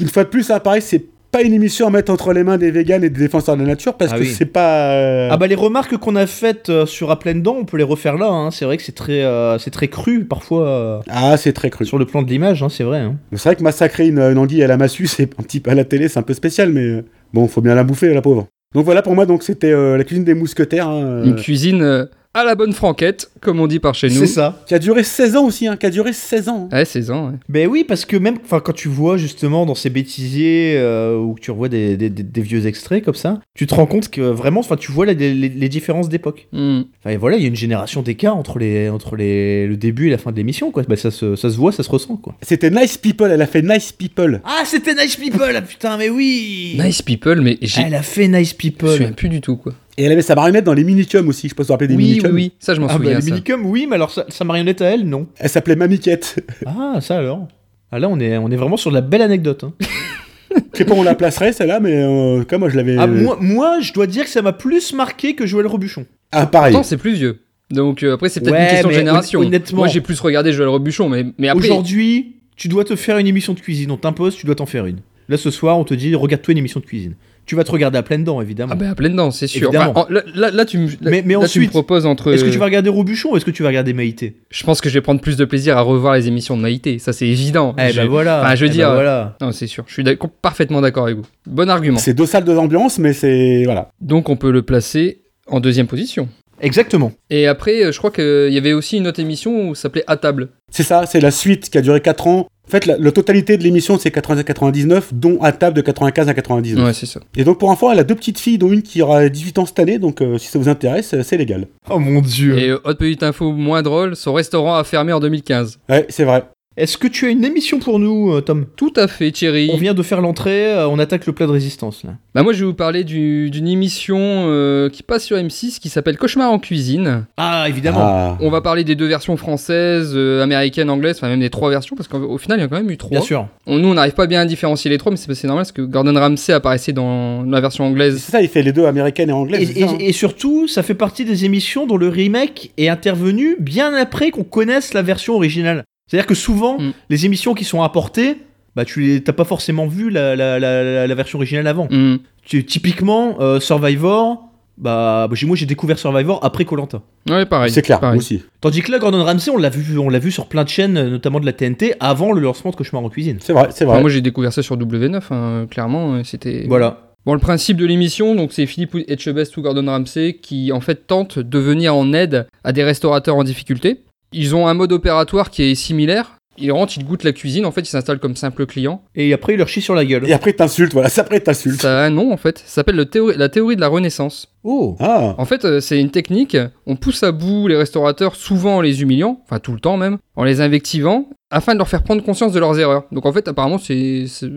S2: Une fois de plus, ça pareil, c'est pas une émission à mettre entre les mains des végans et des défenseurs de la nature parce
S1: Ah
S2: que
S1: oui.
S2: c'est pas. euh,
S1: Ah bah les remarques qu'on a faites euh, sur à pleines dents, on peut les refaire là. hein. C'est vrai que c'est très, euh, c'est très cru parfois euh,
S2: Ah, c'est très cru.
S1: sur le plan de l'image, hein, c'est vrai. hein.
S2: C'est vrai que massacrer une, une anguille à la massue, c'est un petit peu à la télé, c'est un peu spécial, mais euh, bon, faut bien la bouffer, la pauvre. Donc voilà, pour moi, donc c'était euh, la cuisine des mousquetaires, hein, euh,
S3: Une
S1: Mm.
S3: cuisine euh, à la bonne franquette, comme on dit par chez nous.
S1: C'est ça.
S2: qui a duré 16 ans aussi, hein, qui a duré 16 ans. hein.
S3: Ouais, 16 ans. ouais.
S1: Ben oui, parce que même, enfin, quand tu vois justement dans ces bêtisiers euh, ou que tu revois des, des- des- des vieux extraits comme ça, tu te rends compte que vraiment, enfin, tu vois la- les, les- les différences d'époque.
S3: Hmm.
S1: Enfin, et voilà, il y a une génération d'écart entre les, entre les, le début et la fin de l'émission, quoi. Ben ça se, ça se voit, ça se ressent, quoi.
S2: C'était Nice People, elle a fait Nice People.
S1: Ah, c'était Nice People, ah, putain, mais oui. Ah,
S3: Nice people, mais j'ai-
S1: Elle a fait Nice
S3: je me souviens
S1: People.
S3: plus du tout quoi.
S2: Et elle avait sa marionnette dans les minicums aussi, je sais pas si vous vous rappelez des
S3: oui, oui,
S2: minicums.
S3: oui, ça je m'en
S1: Ah bah,
S3: souviens.
S1: les
S3: ça. ça.
S1: Minicum, oui, mais alors sa, sa marionnette à elle, non.
S2: Elle s'appelait Mamiquette.
S1: Ah, ça alors. Ah là, on est, on est vraiment sur de la belle anecdote. hein.
S2: Je sais pas où on la placerait celle-là, mais euh, comme moi je l'avais.
S1: Ah, moi, moi, je dois dire que ça m'a plus marqué que Joël Robuchon.
S2: Ah, pareil.
S3: Pourtant, c'est plus vieux. Donc euh, après, c'est peut-être
S1: Ouais,
S3: une question de
S1: mais hon-
S3: génération.
S1: honnêtement.
S3: Moi, j'ai plus regardé Joël Robuchon, mais, mais après.
S1: Aujourd'hui, tu dois te faire une émission de cuisine. On t'impose, tu dois t'en faire une. Là, ce soir, on te dit, regarde-toi une émission de cuisine. Tu vas te regarder à pleines dents, évidemment.
S3: Ah ben à pleine dent, c'est sûr.
S1: Mm. Évidemment.
S3: Enfin, en- là, là- là, tu me, là-
S1: Mais- mais
S3: là, tu me
S1: ensuite,
S3: proposes entre.
S1: Est-ce que tu vas regarder Robuchon ou est-ce que tu vas regarder Maïté
S3: Je pense que je vais prendre plus de plaisir à revoir les émissions de Maïté. Ça, c'est évident.
S1: Eh
S3: Ah, Je-
S1: ben voilà.
S3: Enfin, je veux
S1: eh ben
S3: dire-
S1: voilà.
S3: Non, c'est sûr. Je suis d'ac- parfaitement d'accord avec vous. Bon argument.
S2: C'est deux salles, deux ambiances, mais c'est. Voilà.
S3: Donc, on peut le placer en deuxième position.
S1: Exactement.
S3: Et après, euh, je crois qu'il y avait aussi une autre émission où ça s'appelait À table.
S2: C'est ça, c'est la suite qui a duré 4 ans. En fait, la, la totalité de l'émission, c'est 80 à 99, dont à table de 95 à 99.
S3: Ouais, c'est ça.
S2: Et donc, pour info, elle a deux petites filles, dont une qui aura 18 ans cette année, donc euh, si ça vous intéresse, euh, c'est légal.
S1: Oh mon dieu.
S3: Et euh, autre petite info moins drôle, son restaurant a fermé en 2015.
S2: Ouais, c'est vrai.
S1: Est-ce que tu as une émission pour nous, euh, Tom
S3: Tout à fait, Thierry.
S1: On vient de faire l'entrée, euh, on attaque le plat de résistance là.
S3: Bah moi, je vais vous parler du- d'une émission euh, qui passe sur M6 qui s'appelle Cauchemar en cuisine.
S1: Ah, évidemment.
S2: Ah.
S3: On va parler des deux versions françaises, euh, américaines, anglaises, enfin même des trois versions, parce qu'au au final, il y en a quand même eu trois.
S1: Bien sûr.
S3: On- nous, on n'arrive pas bien à différencier les trois, mais c'est c'est normal parce que Gordon Ramsay apparaissait dans la version anglaise.
S2: C'est ça, il fait les deux américaines et
S1: Et,
S2: anglaises. c'est ça, hein.
S1: et- et surtout, ça fait partie des émissions dont le remake est intervenu bien après qu'on connaisse la version originale. C'est-à-dire que souvent,
S3: Mm. les
S1: les émissions qui sont apportées, bah tu les- t'as pas forcément vu la, la- la- la- la version originale avant.
S3: Hmm.
S1: Tu- typiquement, euh, Survivor, bah bah, j'ai- moi j'ai découvert Survivor après Colanta.
S3: Ouais, pareil.
S2: C'est clair, moi
S3: pareil.
S2: aussi.
S1: Tandis que là, Gordon Ramsay, on l'a vu, on l'a vu sur plein de chaînes, euh, notamment de la TNT, avant le lancement de Cauchemar en cuisine.
S2: C'est vrai, c'est vrai.
S3: Enfin, moi j'ai découvert ça sur W9, hein, clairement, euh, c'était...
S1: Voilà.
S3: Bon, le principe de l'émission, donc c'est Philippe Etchebest ou Gordon Ramsay qui en fait tente de venir en aide à des restaurateurs en difficulté. Ils ont un mode opératoire qui est similaire. Ils rentrent, ils goûtent la cuisine, en fait ils s'installent comme simples clients.
S1: Et après, il leur chie sur la gueule.
S2: Et après, t'insultes, voilà. C'est après, t'insultes.
S3: Ça a un nom en fait, ça s'appelle le théorie- la théorie de la Renaissance.
S1: Oh
S2: Ah.
S3: En fait, euh, c'est une technique, on pousse à bout les restaurateurs, souvent en les humiliant, enfin tout le temps même, en les invectivant, afin de leur faire prendre conscience de leurs erreurs. Donc en fait, apparemment, c'est... c'est-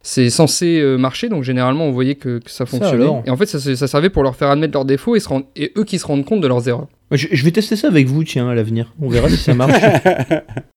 S3: c'est censé euh, marcher, donc généralement on voyait que, que ça fonctionnait.
S1: alors.
S3: et en fait, ça, se- ça servait pour leur faire admettre leurs défauts et, se rendre- et eux qui se rendent compte de leurs erreurs.
S1: je, je vais tester ça avec vous, tiens, à l'avenir. On verra si ça marche.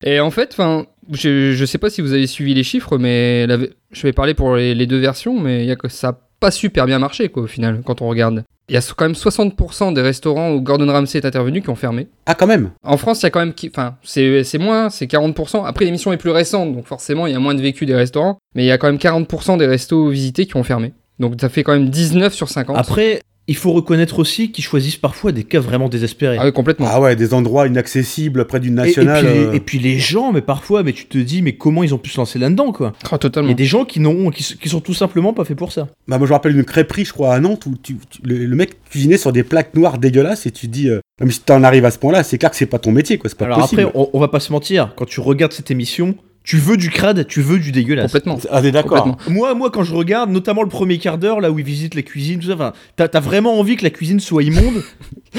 S3: Et en fait, enfin, je, je sais pas si vous avez suivi les chiffres, mais la- je vais parler pour les, les deux versions, mais il y a que ça a pas super bien marché quoi au final quand on regarde. Il y a quand même 60% des restaurants où Gordon Ramsay est intervenu qui ont fermé.
S2: Ah, quand même.
S3: En France, il y a quand même. qui- Enfin, c'est c'est moins, hein, c'est 40%. Après, l'émission est plus récente, donc forcément, il y a moins de vécu des restaurants. Mais il y a quand même 40% des restos visités qui ont fermé. Donc, ça fait quand même 19 sur 50.
S1: Après, il faut reconnaître aussi qu'ils choisissent parfois des cas vraiment désespérés.
S3: Ah oui, complètement.
S2: Ah ouais, des endroits inaccessibles près d'une
S1: Et- et,
S2: nationale.
S1: puis,
S2: euh,
S1: les, et puis les gens, mais parfois, mais tu te dis, mais comment ils ont pu se lancer là-dedans, quoi
S3: Oh,
S1: Il
S3: totalement.
S1: y a des gens qui, n'ont, qui, s- qui sont tout simplement pas faits pour ça.
S2: Bah moi je me rappelle une crêperie je crois à Nantes où tu- tu- le, le mec cuisinait sur des plaques noires dégueulasses et tu te dis euh, Non, mais si t'en arrives à ce point là c'est clair que c'est pas ton métier quoi c'est pas
S1: Alors
S2: possible.
S1: après, on, on va pas se mentir, quand tu regardes cette émission, tu veux du crade, tu veux du dégueulasse.
S3: Complètement.
S2: Ah t'es d'accord.
S3: Complètement.
S1: Moi, moi, quand je regarde, notamment le premier quart d'heure, là où ils visitent les cuisines, tout ça, enfin, t'as, t'as vraiment envie que la cuisine soit immonde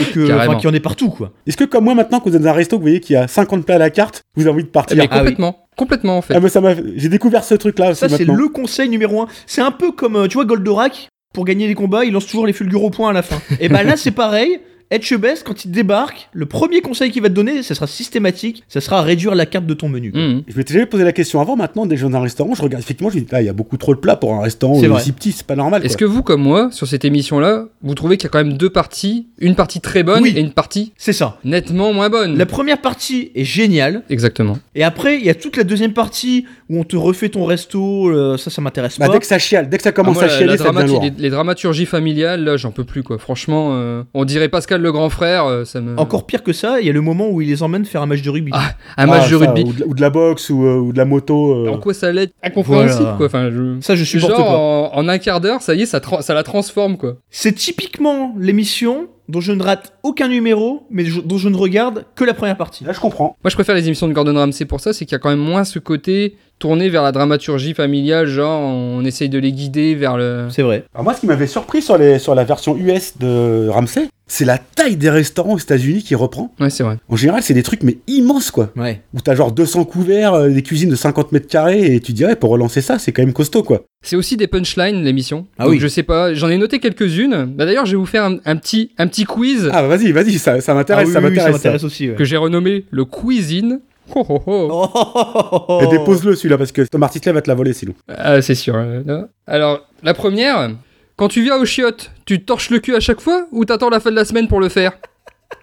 S1: et que, enfin,
S3: Carrément.
S1: qu'il y en ait partout, quoi.
S2: Est-ce que comme moi maintenant que vous êtes dans un resto que vous voyez qu'il y a 50 plats à la carte vous avez envie de partir
S3: Mais
S1: Ah oui.
S3: complètement. Complètement, en fait.
S2: Ah, mais ça m'a j'ai découvert ce truc là aussi
S1: Ça, c'est
S2: maintenant.
S1: le conseil numéro un. C'est un peu comme, euh, tu vois, Goldorak, pour gagner les combats, il lance toujours les fulgures au point à la fin. et ben là, c'est pareil. Etchebest, quand il débarque, le premier conseil qu'il va te donner, ça sera systématique, ça sera réduire la carte de ton menu. quoi.
S3: Mhm.
S2: Je m'étais jamais posé la question avant maintenant des gens d'un restaurant je regarde effectivement je me dis ah il y a beaucoup trop de plats pour un restaurant
S1: C'est
S2: euh,
S1: vrai.
S2: aussi petit c'est pas normal.
S3: Est-ce
S2: quoi.
S3: que vous, comme moi, sur cette émission-là, vous trouvez qu'il y a quand même deux parties Une partie très bonne
S1: Oui.
S3: et une partie
S1: C'est ça.
S3: nettement moins bonne.
S1: La Ah, première partie est géniale,
S3: Exactement.
S1: et après, il y a toute la deuxième partie où on te refait ton resto, euh, ça, ça m'intéresse
S2: Bah,
S1: pas.
S2: dès que ça chiale dès que ça commence
S3: Ah, moi,
S2: à
S3: la-
S2: chialer
S3: la
S2: ça devient
S3: dramati-
S2: lourd.
S3: les, les dramaturgies familiales, là, j'en peux plus, quoi. Franchement, euh, on dirait Pascal le grand frère, euh, ça me.
S1: Mm. Encore pire que ça, il y a le moment où il les emmène faire un match de rugby.
S3: Ah, Un
S2: Ah,
S3: match de
S2: ça,
S3: rugby.
S2: ou de, la- ou de la boxe ou, euh, ou de la moto. euh.
S3: En quoi ça l'aide incompréhensible
S1: Voilà.
S3: quoi. Enfin, je...
S1: Ça, je supporte
S3: Genre hein.
S1: pas.
S3: en, en un quart d'heure, ça y est, ça, tra- ça la transforme quoi.
S1: C'est typiquement l'émission dont je ne rate aucun numéro, mais je- dont je ne regarde que la première partie.
S2: Là je comprends.
S3: Moi, je préfère les émissions de Gordon Ramsay pour ça, c'est qu'il y a quand même moins ce côté tourné vers la dramaturgie familiale, genre on essaye de les guider vers le.
S1: C'est vrai.
S2: Alors moi, ce qui m'avait surpris sur, les, sur la version US de Ramsey, c'est la taille des restaurants aux États-Unis qui reprend.
S3: Ouais, c'est vrai.
S2: En général, c'est des trucs, mais immenses, quoi.
S1: Ouais.
S2: Où t'as genre 200 couverts, euh, des cuisines de 50 mètres carrés, et tu dirais, pour relancer ça, c'est quand même costaud, quoi.
S3: C'est aussi des punchlines, l'émission.
S1: Ah
S3: Donc
S1: oui.
S3: Je sais pas, j'en ai noté quelques-unes. Bah, D'ailleurs, je vais vous faire un, un petit, un petit quiz
S2: Ah, bah, vas-y, vas-y, ça, ça m'intéresse,
S1: Ah oui,
S2: ça
S1: oui, oui,
S2: m'intéresse. ça.
S1: aussi. ouais.
S3: que j'ai renommé le Cuisine. Oh, oh,
S1: Oh,
S3: oh.
S1: oh, oh, oh, oh.
S2: Et dépose-le, celui-là, parce que Thomas Titley va te la voler, sinon.
S3: Ah, c'est sûr. euh, non. Alors, la première, quand tu viens aux chiottes, tu te torches le cul à chaque fois ou t'attends la fin de la semaine pour le faire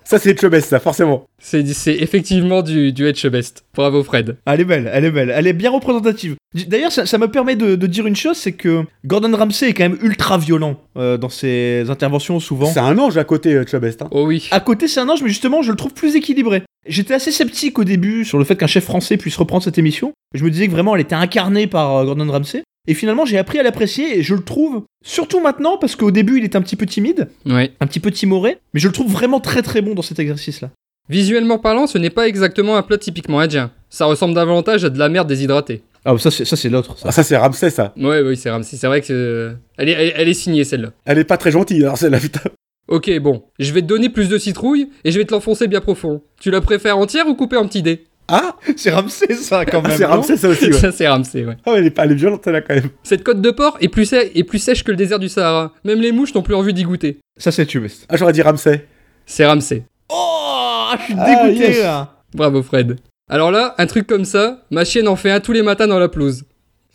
S2: Ça, c'est Chebest, ça, forcément.
S3: C'est c'est effectivement du, du Edge Best. Bravo, Fred.
S1: Elle est belle, elle est belle, elle est bien représentative. D- D'ailleurs, ça, ça me permet de, de dire une chose, c'est que Gordon Ramsay est quand même ultra violent euh, dans ses interventions souvent.
S2: C'est un ange à côté, euh, Chebest. hein.
S3: Oh oui.
S1: À côté, c'est un ange, mais justement, je le trouve plus équilibré. J'étais assez sceptique au début sur le fait qu'un chef français puisse reprendre cette émission. Je me disais que vraiment, elle était incarnée par euh, Gordon Ramsay. Et finalement, j'ai appris à l'apprécier et je le trouve, surtout maintenant, parce qu'au début, il était un petit peu timide,
S3: Ouais.
S1: un petit peu timoré, mais je le trouve vraiment très très bon dans cet exercice-là.
S3: Visuellement parlant, ce n'est pas exactement un plat typiquement indien. Ça ressemble davantage à de la merde déshydratée.
S1: Ah, ça, c'est ça, c'est l'autre. ça.
S2: Ah, ça, c'est Ramsey, ça.
S3: Ouais, oui, c'est Ramsey. C'est vrai que euh, elle est, elle, elle est signée celle-là.
S2: Elle est pas très gentille, alors c'est la putain.
S3: Ok, bon. Je vais te donner plus de citrouille et je vais te l'enfoncer bien profond. Tu la préfères entière ou coupée en petits dés
S2: Ah,
S1: C'est Ramsay, ça, quand
S2: ah,
S1: même.
S2: c'est
S1: non
S2: Ramsey, ça aussi, ouais.
S3: Ça, c'est Ramsey, ouais.
S2: Ah, ouais, elle est, pas, elle est violente, là, quand même.
S3: Cette côte de porc est plus, sè- est plus sèche que le désert du Sahara. Même les mouches n'ont plus envie d'y goûter.
S1: Ça, c'est Tubest.
S2: Ah, j'aurais dit Ramsey.
S3: C'est Ramsey.
S1: Oh, je suis
S2: Ah,
S1: dégoûté,
S2: yes.
S1: là.
S3: Bravo Fred. Alors là, un truc comme ça, ma chienne en fait un tous les matins dans la pelouse.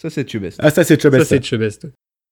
S1: Ça, c'est Tubest.
S2: Ah, ça, c'est
S3: Ça
S1: Bah,
S2: Chebest. ça.
S3: c'est chebest.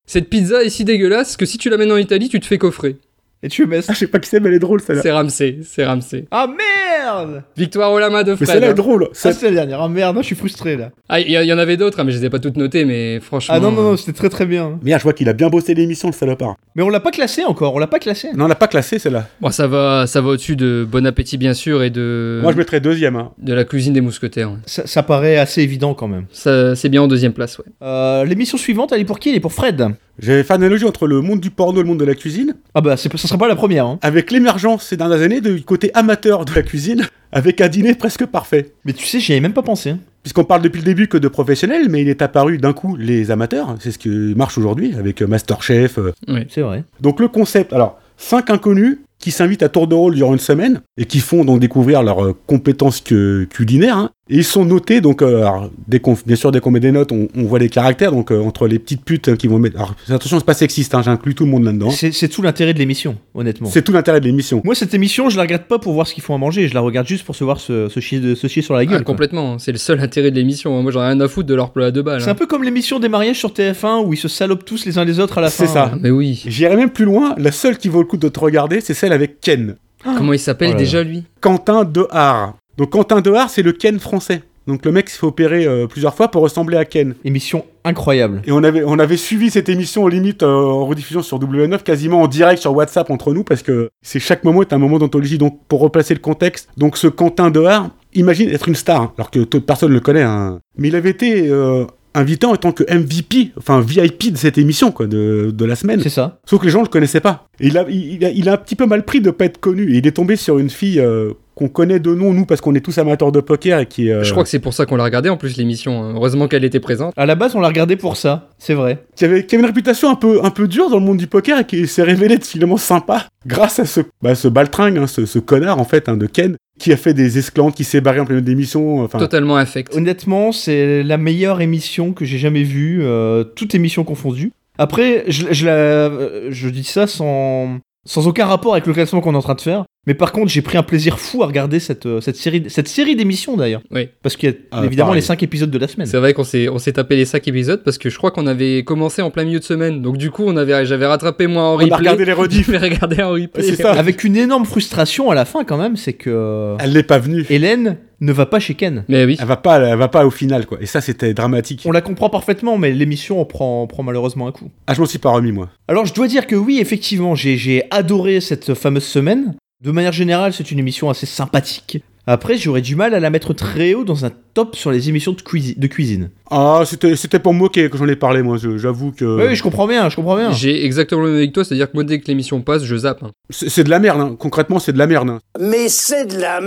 S3: Cette pizza est si dégueulasse que si tu l'amènes en Italie, tu te fais coffrer.
S1: Et Tubest.
S2: Ah, je sais pas qui c'est, mais elle est drôle, celle-là.
S3: C'est Ramsey, c'est Ramsey.
S1: Ah, merde
S3: Victoire au lama de
S2: Mais
S3: Fred.
S2: celle-là est
S3: hein.
S2: drôle.
S1: Ça,
S2: Ça-
S1: c'est la dernière. Ah, merde, je suis frustré, là.
S3: Ah, il y, il y en avait d'autres, hein, mais je les ai pas toutes notées, mais franchement.
S1: Ah, non, non, non, c'était très très bien.
S2: Merde, je vois qu'il a bien bossé l'émission, le salopard.
S1: Mais on l'a pas classé encore, on l'a pas classé.
S2: Non, on l'a pas classé, celle-là.
S3: Bon, ça va, ça va au-dessus de Bon Appétit bien sûr et de
S2: Moi, je mettrais deuxième. Hein.
S3: de la cuisine des mousquetaires. ouais.
S1: Ça, ça paraît assez évident quand même.
S3: Ça, c'est bien en deuxième place, ouais.
S1: Euh, L'émission suivante, elle est pour qui Elle est pour Fred.
S2: J'avais fait une analogie entre le monde du porno et le monde de la cuisine,
S1: Ah bah, c'est- ça serait pas la première. Hein.
S2: avec l'émergence ces dernières années du côté amateur de la cuisine, avec un dîner presque parfait.
S1: Mais tu sais, j'y avais même pas pensé.
S2: Puisqu'on parle depuis le début que de professionnels, mais il est apparu d'un coup les amateurs, c'est ce qui marche aujourd'hui avec euh, Masterchef. euh.
S3: Ouais.
S1: C'est vrai.
S2: Donc le concept, alors, cinq inconnus qui s'invitent à tour de rôle durant une semaine et qui font donc découvrir leurs euh, compétences que- culinaires. hein. Et ils sont notés, donc euh, alors, dès qu'on- bien sûr dès qu'on met des notes, on, on voit les caractères, donc euh, entre les petites putes hein, qui vont mettre... Alors attention, c'est pas sexiste, hein, j'inclus tout le monde là-dedans.
S1: C'est c'est tout l'intérêt de l'émission, honnêtement.
S2: C'est tout l'intérêt de l'émission.
S1: Moi, cette émission, je la regarde pas pour voir ce qu'ils font à manger, je la regarde juste pour se voir se, se chier, de- se chier sur la
S3: Ah,
S1: gueule. quoi.
S3: complètement, hein. c'est le seul intérêt de l'émission. hein. Moi, j'en ai rien à foutre de leur plat à deux balles.
S1: c'est
S3: hein.
S1: un peu comme l'émission des mariages sur TF1 où ils se salopent tous les uns les autres à la fin.
S2: C'est ça.
S3: Ah, mais oui.
S2: J'irai même plus loin, la seule qui vaut le coup de te regarder, c'est celle avec Ken.
S3: Comment il s'appelle
S1: Oh là
S3: déjà lui
S2: Quentin Dehart. Donc Quentin Dehart, c'est le Ken français. Donc le mec s'est fait opérer euh, plusieurs fois pour ressembler à Ken.
S1: Émission incroyable.
S2: Et on avait, on avait suivi cette émission en limite euh, en rediffusion sur W9, quasiment en direct sur WhatsApp entre nous, parce que c'est chaque moment est un moment d'anthologie. Donc pour replacer le contexte, donc ce Quentin Dehart, imagine être une star, hein, alors que toute personne ne le connaît. hein. Mais il avait été euh, invité en tant que MVP, enfin VIP de cette émission, quoi, de, de la semaine.
S1: C'est ça.
S2: Sauf que les gens le connaissaient pas. Et il a, il, il a, il a un petit peu mal pris de pas être connu. Et il est tombé sur une fille euh, qu'on connaît de nom, nous, parce qu'on est tous amateurs de poker et qui. euh,
S3: Je crois que c'est pour ça qu'on l'a regardé en plus l'émission. hein. Heureusement qu'elle était présente.
S1: À la base, on l'a regardé pour ça, c'est vrai.
S2: qui avait, qui avait une réputation un peu, un peu dure dans le monde du poker et qui s'est révélé être finalement sympa grâce à ce, bah, ce baltringue, hein, ce, ce connard en fait hein, de Ken, qui a fait des esclandres, qui s'est barré en pleine d'émission. Enfin,
S3: Totalement affect.
S1: Honnêtement, c'est la meilleure émission que j'ai jamais vue, euh, toute émission confondue. Après, je, je la, euh, je dis ça sans, sans aucun rapport avec le classement qu'on est en train de faire. Mais par contre, j'ai pris un plaisir fou à regarder cette, euh, cette série, cette série d'émissions d'ailleurs.
S3: Oui.
S1: Parce qu'il y a
S2: Ah,
S1: évidemment
S2: pareil.
S1: les 5 épisodes de la semaine.
S3: C'est vrai qu'on s'est on s'est tapé les 5 épisodes parce que je crois qu'on avait commencé en plein milieu de semaine. Donc du coup, on avait j'avais rattrapé moi en
S2: on a
S3: replay.
S2: regardé les rediffs.
S3: J'avais regardé en replay.
S2: C'est ça.
S1: Avec une énorme frustration à la fin quand même, c'est que
S2: Elle n'est pas venue.
S1: Hélène ne va pas chez Ken.
S3: Mais oui.
S2: Elle va pas, elle va pas au final quoi. Et ça c'était dramatique.
S1: On la comprend parfaitement, mais l'émission en prend, en prend malheureusement un coup.
S2: Ah je m'en suis pas remis moi.
S1: Alors je dois dire que oui, effectivement, j'ai- j'ai adoré cette fameuse semaine. De manière générale, c'est une émission assez sympathique. Après, j'aurais du mal à la mettre très haut dans un top sur les émissions de, cuisi- de cuisine.
S2: Ah, c'était c'était pour moi que, que j'en ai parlé, moi. je- J'avoue que.
S1: Oui, je comprends bien, je comprends bien.
S3: J'ai exactement le même avec toi, c'est-à-dire que moi, dès que l'émission passe, je zappe. hein.
S2: C'est c'est de la merde, hein. concrètement, c'est de la merde. hein.
S6: Mais c'est de la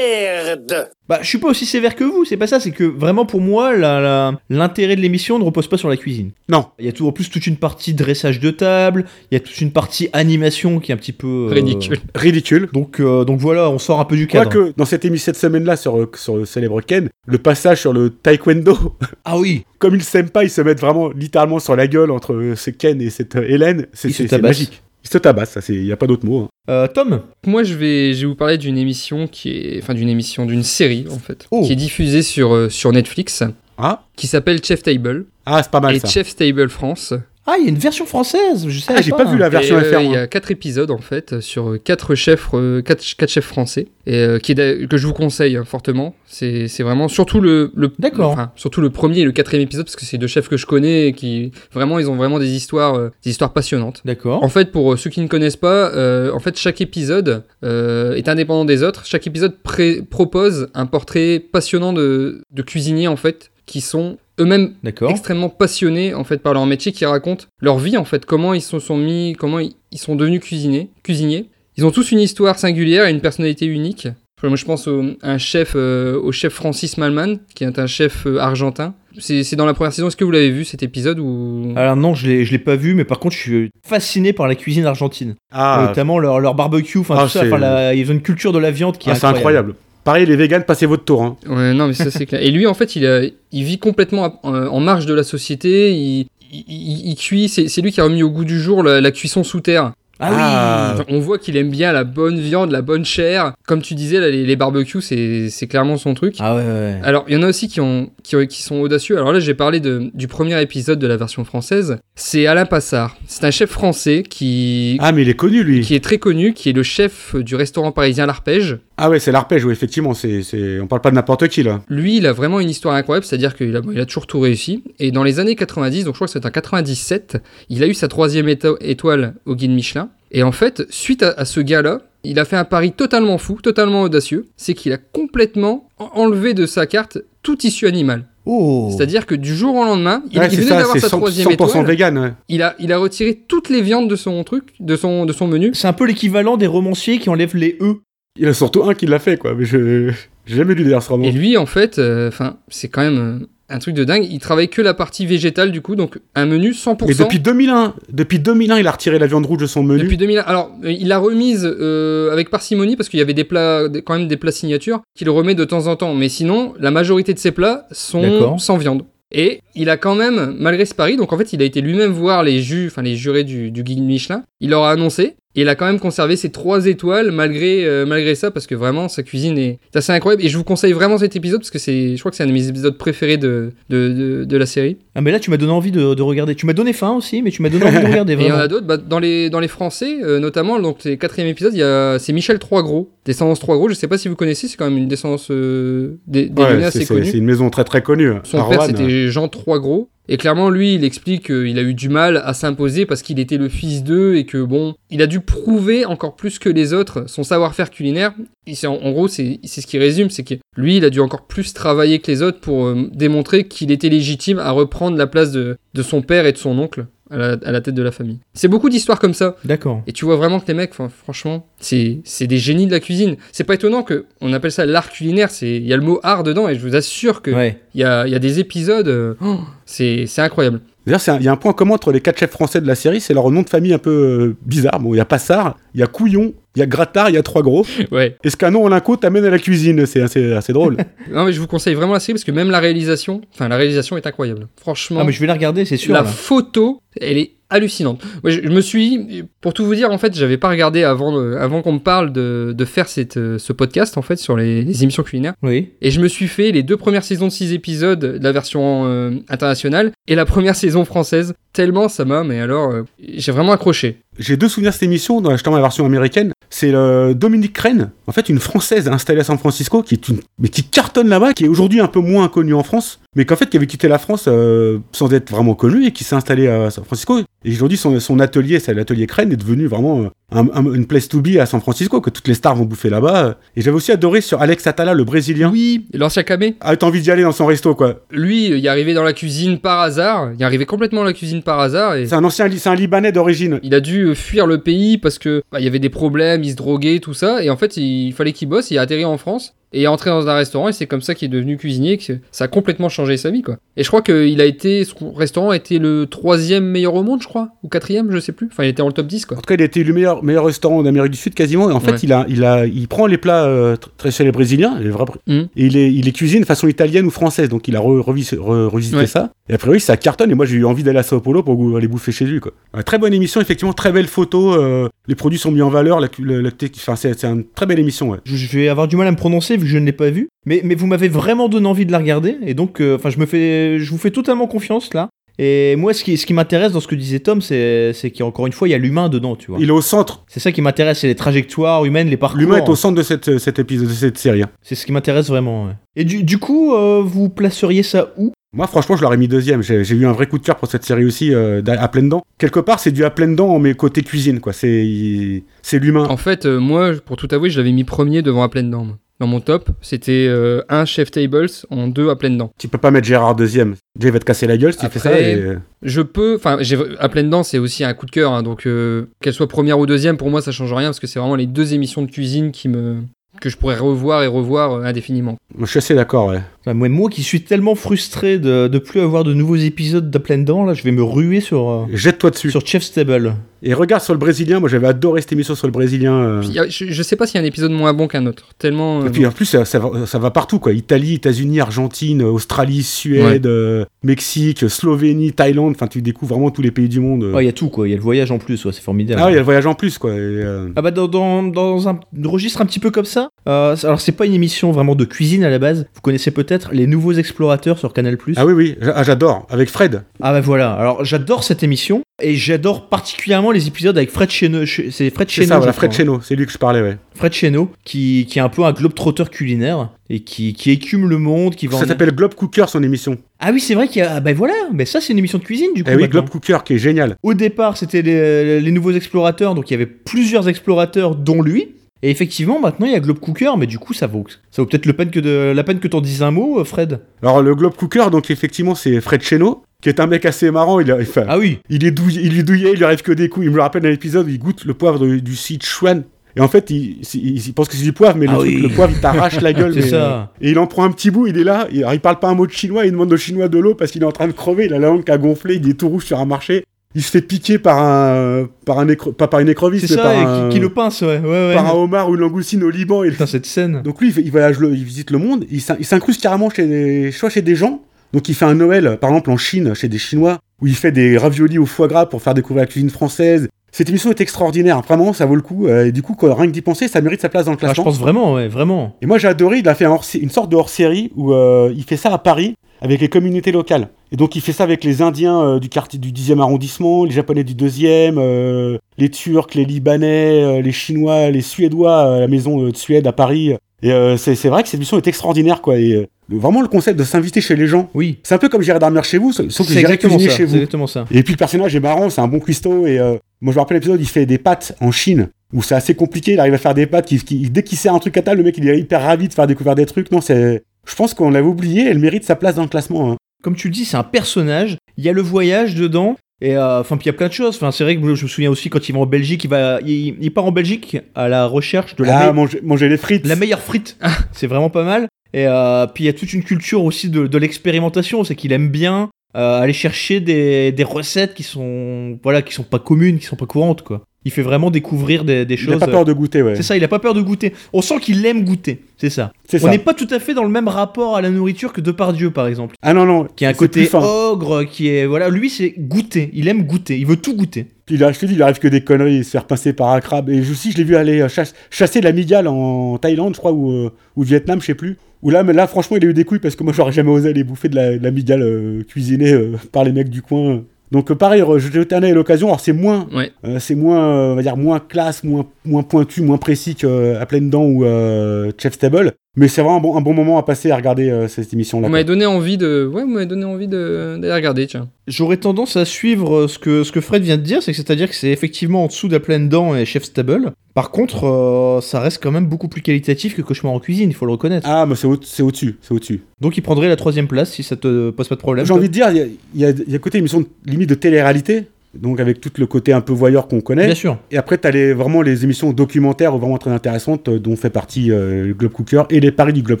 S6: merde
S1: Bah, je suis pas aussi sévère que vous, c'est pas ça, c'est que vraiment pour moi, la- la- l'intérêt de l'émission ne repose pas sur la cuisine.
S2: Non.
S1: Il y a tout, en plus toute une partie dressage de table, il y a toute une partie animation qui est un petit peu. euh,
S3: Ridicule.
S2: Ridicule.
S1: Donc, euh, donc voilà, on sort un peu du cadre.
S2: Quoique, dans cette émission cette semaine-là, sur, euh, sur le célèbre Ken, le passage sur le taekwondo,
S1: Ah oui,
S2: comme ils s'aiment pas, ils se mettent vraiment littéralement sur la gueule entre euh, ce Ken et cette euh, Hélène, c'est
S1: Ils se
S2: c'est- c'est
S1: tabassent.
S2: magique. Ils se tabassent, ça, c'est- il n'y a pas d'autre mot. hein.
S1: Euh, Tom,
S3: Moi, je vais, je vais vous parler d'une émission qui est, enfin, d'une émission, d'une série en fait,
S1: Oh.
S3: qui est diffusée sur euh, sur Netflix,
S2: Ah,
S3: qui s'appelle Chef Table
S2: ah c'est pas mal
S3: et
S2: ça.
S3: Chef Table France.
S1: ah il y a une version française, je savais
S2: Ah, j'ai pas vu la version
S3: Et, euh,
S2: FR.
S3: Il y
S2: hein.
S3: a quatre épisodes en fait sur euh, quatre chefs, euh, quatre, quatre chefs français et euh, qui est d'a- que je vous conseille euh, fortement. C'est c'est vraiment surtout le, le
S1: D'accord.
S3: enfin, surtout le premier et le quatrième épisode parce que c'est deux chefs que je connais et qui vraiment ils ont vraiment des histoires euh, des histoires passionnantes.
S1: D'accord.
S3: En fait, pour euh, ceux qui ne connaissent pas, euh, en fait, chaque épisode euh, est indépendant des autres. Chaque épisode pré- propose un portrait passionnant de, de cuisiniers en fait qui sont eux-mêmes
S1: D'accord.
S3: extrêmement passionnés en fait par leur métier, qui racontent leur vie en fait, comment ils se sont mis, comment ils ils sont devenus cuisiniers. cuisiniers. Ils ont tous une histoire singulière et une personnalité unique. Moi, je pense au, à un chef, euh, au chef Francis Malman, qui est un chef euh, argentin. C'est c'est dans la première saison. Est-ce que vous l'avez vu cet épisode ou
S1: Alors non, je l'ai, je l'ai pas vu, mais par contre, je suis fasciné par la cuisine argentine,
S2: Ah,
S1: notamment leur, leur barbecue, enfin
S2: Ah,
S1: tout ça,
S2: c'est-
S1: enfin, la- ils ont une culture de la viande qui
S2: ah,
S1: est
S2: c'est incroyable. Pareil, les véganes, passez votre tour. hein.
S3: Ouais, non, mais ça c'est clair. Et lui, en fait, il, a- il vit complètement à- en en marge de la société. Il, il- il- il cuit. C'est c'est lui qui a remis au goût du jour la, la cuisson sous terre.
S1: Ah, oui.
S3: Enfin, On voit qu'il aime bien la bonne viande, la bonne chair. Comme tu disais, là, les, les barbecues, c'est c'est clairement son truc.
S1: Ah ouais, ouais.
S3: Alors, il y en a aussi qui, ont, qui, ont- qui sont audacieux. Alors là, j'ai parlé de- du premier épisode de la version française. C'est Alain Passard. C'est un chef français qui,
S2: Ah, mais il est connu, lui.
S3: qui est très connu, qui est le chef du restaurant parisien L'Arpège.
S2: Ah ouais, c'est l'arpège, oui, effectivement. c'est c'est- On parle pas de n'importe qui, là.
S3: Lui, il a vraiment une histoire incroyable, c'est-à-dire qu'il a, il a toujours tout réussi. Et dans les années 90, donc je crois que c'est en 97, il a eu sa troisième éto- étoile au guide Michelin. Et en fait, suite à, à ce gars-là, il a fait un pari totalement fou, totalement audacieux, c'est qu'il a complètement en- enlevé de sa carte tout tissu animal.
S1: Oh.
S3: C'est-à-dire que du jour au lendemain, il,
S2: Ouais,
S3: il
S2: c'est
S3: venait
S2: ça,
S3: d'avoir
S2: c'est
S3: sa
S2: 100%,
S3: troisième
S2: 100%
S3: étoile.
S2: vegan. ouais.
S3: Il a, il a retiré toutes les viandes de son truc, de son, de son menu.
S1: C'est un peu l'équivalent des romanciers qui enlèvent les E.
S2: Il y en a surtout un qui l'a fait, quoi. Mais je. J'ai jamais lu d'ailleurs ce roman.
S3: Et lui, en fait, enfin, c'est quand même euh, un truc de dingue. Il travaille que la partie végétale, du coup, donc un menu 100%.
S2: Mais depuis 2001, depuis 2001, il a retiré la viande rouge de son menu.
S3: Depuis 2000, alors euh, il l'a remise euh, avec parcimonie parce qu'il y avait des plats, des- quand même des plats signatures qu'il remet de temps en temps. Mais sinon, la majorité de ses plats sont
S1: D'accord.
S3: sans viande. Et il a quand même, malgré ce pari, donc en fait il a été lui-même voir les jus, enfin les jurés du, du guide Michelin. Il leur a annoncé. Et il a quand même conservé ses trois étoiles malgré euh, malgré ça parce que vraiment sa cuisine est c'est assez incroyable. Et je vous conseille vraiment cet épisode parce que c'est, je crois que c'est un de mes épisodes préférés de de, de, de la série.
S1: Ah, mais là, tu m'as donné envie de, de regarder. Tu m'as donné faim aussi, mais tu m'as donné envie de regarder.
S3: Et il y en
S1: Vraiment.
S3: a d'autres, bah, dans, les, dans les français, euh, notamment, donc les quatrième épisode, il y a- c'est Michel Trois Gros, descendance Trois Gros, je sais pas si vous connaissez, c'est quand même une descendance euh, des, des
S2: Ouais,
S3: lunas
S2: c'est
S3: assez
S2: c'est-
S3: connue.
S2: c'est une maison très très connue.
S3: Son
S2: à
S3: père,
S2: Roanne.
S3: c'était Jean Trois Gros. Et clairement, lui, il explique qu'il a eu du mal à s'imposer parce qu'il était le fils d'eux et que, bon, il a dû prouver encore plus que les autres son savoir-faire culinaire. Et c'est- en, en gros, c'est c'est ce qui résume, c'est que lui, il a dû encore plus travailler que les autres pour euh, démontrer qu'il était légitime à reprendre la place de, de son père et de son oncle à la, à la tête de la famille. C'est beaucoup d'histoires comme ça.
S1: D'accord.
S3: Et tu vois vraiment que les mecs, enfin, franchement, c'est c'est des génies de la cuisine. C'est pas étonnant que on appelle ça l'art culinaire. c'est- Il y a le mot art dedans et je vous assure que
S1: Ouais.
S3: il y a, il y a des épisodes, euh, oh, c'est c'est incroyable.
S2: D'ailleurs, c'est un- il y a un point commun entre les quatre chefs français de la série, c'est leur nom de famille un peu euh, bizarre. Bon, il y a Passard, il y a Couillon, il y a Grattard, il y a Trois Gros.
S3: Ouais.
S2: Est-ce qu'un nom en un coup t'amène à la cuisine C'est assez, assez drôle.
S3: Non mais je vous conseille vraiment la série parce que même la réalisation, enfin la réalisation est incroyable. Franchement,
S1: Ah, mais je vais la regarder, c'est sûr.
S3: la
S1: là.
S3: photo, elle est hallucinante. Moi, je, je me suis, pour tout vous dire, en fait, j'avais pas regardé avant, euh, avant qu'on me parle de, de faire cette, euh, ce podcast en fait sur les, les émissions culinaires.
S1: Oui.
S3: Et je me suis fait les deux premières saisons de six épisodes de la version euh, internationale et la première saison française. Tellement ça m'a, mais alors euh, j'ai vraiment accroché.
S2: J'ai deux souvenirs de cette émission, dans justement la version américaine. C'est le Dominique Crane, en fait une Française installée à San Francisco, qui, est une... mais qui cartonne là-bas, qui est aujourd'hui un peu moins inconnue en France, mais qu'en fait qui avait quitté la France euh, sans être vraiment connue et qui s'est installée à San Francisco. Et aujourd'hui, son, son atelier, c'est l'atelier Crane, est devenu vraiment euh, un- un- une place to be à San Francisco, que toutes les stars vont bouffer là-bas. Et j'avais aussi adoré sur Alex Atala, le Brésilien.
S1: Oui,
S3: Et l'ancien camé,
S2: Ah, t'as envie d'y aller dans son resto, quoi.
S3: lui, il est arrivé dans la cuisine par hasard. Il est arrivé complètement dans la cuisine par hasard. Et
S2: C'est un ancien, Li- c'est un Libanais d'origine.
S3: Il a dû euh, fuir le pays parce que bah, il y avait des problèmes, il se droguait, tout ça. Et en fait, il fallait qu'il bosse. Il a atterri en France et est entré dans un restaurant. Et c'est comme ça qu'il est devenu cuisinier. Que ça a complètement changé sa vie, quoi. Et je crois qu'il a été, son restaurant a été le troisième meilleur au monde, je crois, ou quatrième, je sais plus. Enfin, il était dans le top 10, quoi.
S2: En tout cas, il a été le meilleur, meilleur restaurant d'Amérique du Sud quasiment. Et en fait,
S3: Ouais.
S2: il, a, il, a, il prend les plats euh, tr- très chez les Brésiliens, les vrais Br-
S3: Mm.
S2: et il les, il les cuisine de façon italienne ou française. Donc, il a re- revis- re- revisité
S3: Ouais.
S2: ça. Et a priori, ça cartonne. Et moi, j'ai eu envie d'aller à Sao Paulo pour go- aller bouffer chez lui. Quoi. Euh, très bonne émission, effectivement. Très belle photo. euh, les produits sont mis en valeur. la cu- la- la tec- enfin, c'est c'est une très belle émission. ouais.
S1: je je vais avoir du mal à me prononcer vu que je ne l'ai pas vu. Mais, mais vous m'avez vraiment donné envie de la regarder. Et donc, euh, enfin, je me fais, je vous fais totalement confiance là. Et moi, ce qui, ce qui m'intéresse dans ce que disait Tom, c'est, c'est qu'encore une fois, il y a l'humain dedans, tu vois.
S2: Il est au centre.
S1: C'est ça qui m'intéresse, c'est les trajectoires humaines, les parcours.
S2: L'humain est au centre de cette, euh, cet épisode, de cette série. hein.
S1: C'est ce qui m'intéresse vraiment. ouais. Et du, du coup, euh, vous placeriez ça où
S2: Moi, franchement, je l'aurais mis deuxième. J'ai j'ai eu un vrai coup de cœur pour cette série aussi, euh, d'a- à pleines dents. Quelque part, c'est dû à pleines dents, mais côté cuisine, quoi. C'est il- c'est l'humain.
S3: En fait, euh, moi, pour tout avouer, je l'avais mis premier devant à pleine dents. moi. Dans mon top, c'était euh, un chef tables en deux à pleine dents.
S2: Tu peux pas mettre Gérard deuxième. Jay va te casser la gueule si tu fais
S3: Après-
S2: ça. et- euh,
S3: Je peux, enfin, j'ai- à pleine dents, c'est aussi un coup de cœur, hein, donc euh, qu'elle soit première ou deuxième, pour moi, ça change rien parce que c'est vraiment les deux émissions de cuisine qui me que je pourrais revoir et revoir euh, indéfiniment.
S2: Je suis assez d'accord, ouais.
S1: Enfin, moi, moi qui suis tellement frustré de ne plus avoir de nouveaux épisodes de pleine dents, là, je vais me ruer sur, euh,
S2: Jette-toi dessus.
S1: sur Chef Stable.
S2: Et regarde sur le Brésilien. Moi, j'avais adoré cette émission sur le Brésilien.
S1: Mmh.
S2: euh.
S3: Puis, y a- je, je sais pas s'il y a un épisode moins bon qu'un autre, tellement. euh,
S2: Et puis, en plus, ça, ça va, ça va partout, quoi. Italie, États-Unis, Argentine, Australie, Suède, euh, Mexique, Slovénie, Thaïlande. Enfin, tu découvres vraiment tous les pays du monde. euh.
S1: Ouais, il y a tout, quoi. Il y a le voyage en plus, ouais, c'est formidable.
S2: ah, ouais, Oh, il y a le voyage en plus, quoi. Et, euh,
S1: Ah bah dans, dans, dans un registre un petit peu comme ça. euh, alors c'est pas une émission vraiment de cuisine à la base. Vous connaissez peut-être les nouveaux explorateurs sur Canal+.
S2: Ah oui, oui, j'a- ah, j'adore. Avec Fred.
S1: Ah bah voilà. Alors j'adore cette émission et j'adore particulièrement les épisodes avec Fred Cheno. C'est Fred
S2: C'est
S1: Cheno.
S2: ça,
S1: je
S2: voilà,
S1: crois,
S2: Fred Cheno. C'est lui que je parlais, ouais.
S1: hein. Fred Cheno, qui, qui est un peu un globe-trotteur culinaire et qui, qui écume le monde, qui va.
S2: Ça
S1: en-
S2: s'appelle Globe Cooker, son émission.
S1: Ah oui, c'est vrai qu'il y a. Ah bah voilà. Mais ça c'est une émission de cuisine du coup.
S2: Eh oui,
S1: maintenant.
S2: Globe Cooker, qui est génial.
S1: Au départ, c'était les, les nouveaux explorateurs, donc il y avait plusieurs explorateurs, dont lui. Et effectivement, maintenant, il y a Globe Cooker, mais du coup, ça vaut, ça vaut peut-être le peine que de, la peine que t'en dises un mot, euh, Fred.
S2: Alors, le Globe Cooker, donc, effectivement, c'est Fred Cheno, qui est un mec assez marrant. Il a, enfin,
S1: Ah oui,
S2: Il est douillé, il est douillet, il lui arrive que des coups. Il me rappelle un épisode où il goûte le poivre de- du Sichuan. Et en fait, il, c'est- il- il pense que c'est du poivre, mais le,
S1: Ah
S2: truc,
S1: oui.
S2: le poivre, il t'arrache la gueule.
S1: C'est
S2: mais,
S1: ça.
S2: euh, et il en prend un petit bout, il est là. Il, alors, il parle pas un mot de chinois, il demande au chinois de l'eau parce qu'il est en train de crever. Il a la langue qui a gonflé, il est tout rouge sur un marché. Il se fait piquer par un. Par un écre- pas par une écrevisse,
S1: c'est
S2: mais par,
S1: ça, et qui-
S2: un,
S1: qui, le pince, ouais, ouais, ouais.
S2: par un homard ou une langoustine au Liban. Et le-
S1: Putain, cette scène. Ah,
S2: donc lui, il fait- il voyage, le- il visite le monde, il s'in- il s'incruste carrément chez des, soit chez des gens, donc il fait un Noël, par exemple en Chine, chez des Chinois, où il fait des raviolis au foie gras pour faire découvrir la cuisine française. Cette émission est extraordinaire, vraiment, ça vaut le coup. euh, et du coup, quoi, rien que d'y penser, ça mérite sa place dans le
S1: Ah, je
S2: classement.
S1: pense vraiment, ouais, vraiment.
S2: Et moi, j'ai adoré, il a fait un hors- une sorte de hors-série où euh, il fait ça à Paris avec les communautés locales. Et donc, il fait ça avec les Indiens euh, du quartier du 10e arrondissement, les Japonais du 2e, euh, les Turcs, les Libanais, euh, les Chinois, les Suédois euh, à la maison euh, de Suède à Paris. Et euh, c'est c'est vrai que cette mission est extraordinaire, quoi. Et euh, vraiment le concept de s'inviter chez les gens.
S1: Oui.
S2: C'est un peu comme Gérard Darmer chez vous, sauf que
S1: C'est
S2: Gérard
S1: exactement
S2: cuisinier
S1: ça.
S2: chez
S1: C'est
S2: vous.
S1: exactement ça.
S2: Et puis le personnage est marrant, c'est un bon cuistot. Et euh, moi, je me rappelle l'épisode, il fait des pâtes en Chine, où c'est assez compliqué. Il arrive à faire des pâtes. qui- qui- dès qu'il sert un truc à table, le mec, il est hyper ravi de faire découvrir des trucs. Non, c'est. Je pense qu'on l'avait oublié, elle mérite sa place dans le classement. hein.
S1: Comme tu le dis, c'est un personnage. Il y a le voyage dedans. Et euh, enfin, puis il y a plein de choses. Enfin, c'est vrai que je me souviens aussi quand il va en Belgique, il va, il, il part en Belgique à la recherche de la,
S2: ah,
S1: meille-
S2: manger, manger les frites.
S1: La meilleure frite, c'est vraiment pas mal. Et euh, puis il y a toute une culture aussi de, de l'expérimentation, c'est qu'il aime bien euh, aller chercher des, des recettes qui sont voilà qui sont pas communes, qui sont pas courantes quoi. Il fait vraiment découvrir des, des
S2: il n'a
S1: choses.
S2: pas peur de goûter, ouais.
S1: C'est ça, il a pas peur de goûter. On sent qu'il aime goûter, c'est ça.
S2: C'est
S1: On
S2: ça.
S1: n'est pas tout à fait dans le même rapport à la nourriture que Depardieu par exemple,
S2: Ah non, non.
S1: qui a un
S2: c'est plus
S1: côté
S2: fin.
S1: ogre, qui est voilà, lui c'est goûter, il aime goûter, il veut tout goûter.
S2: Il a, je te dis, il arrive que des conneries, il se faire pincer par un crabe. Et je- aussi, je l'ai vu aller euh, chasse- chasser la migale en Thaïlande, je crois, ou, euh, ou Vietnam, je sais plus. Où là, mais là, franchement, il a eu des couilles parce que moi, j'aurais jamais osé aller bouffer de la, de la migale euh, cuisinée euh, par les mecs du coin. Donc, euh, pareil, re- je à l'occasion. Alors, c'est moins,
S3: Ouais.
S2: euh, c'est moins, euh, on va dire, moins classe, moins, moins pointu, moins précis qu'à pleine dent ou euh, Chef Stable. Mais c'est vraiment un bon, un bon moment à passer à regarder euh, cette émission-là.
S3: On
S2: quoi.
S3: m'avait donné envie de. Ouais, on m'avait donné envie de d'aller regarder, tiens.
S1: J'aurais tendance à suivre euh, ce que, ce que Fred vient de dire, c'est que c'est-à-dire que c'est effectivement en dessous d'à pleine dents et chef stable. Par contre, euh, ça reste quand même beaucoup plus qualitatif que Cauchemar en cuisine, il faut le reconnaître.
S2: Ah, mais c'est au- c'est au-dessus, c'est au-dessus.
S1: Donc il prendrait la troisième place si ça te pose pas de problème.
S2: J'ai envie de dire, il y a- il y a, il y a côté émission de- limite de télé-réalité, donc avec tout le côté un peu voyeur qu'on connaît.
S1: Bien sûr.
S2: Et après, t'as les, vraiment les émissions documentaires vraiment très intéressantes, euh, dont fait partie euh, le Globe Cooker et les paris du Globe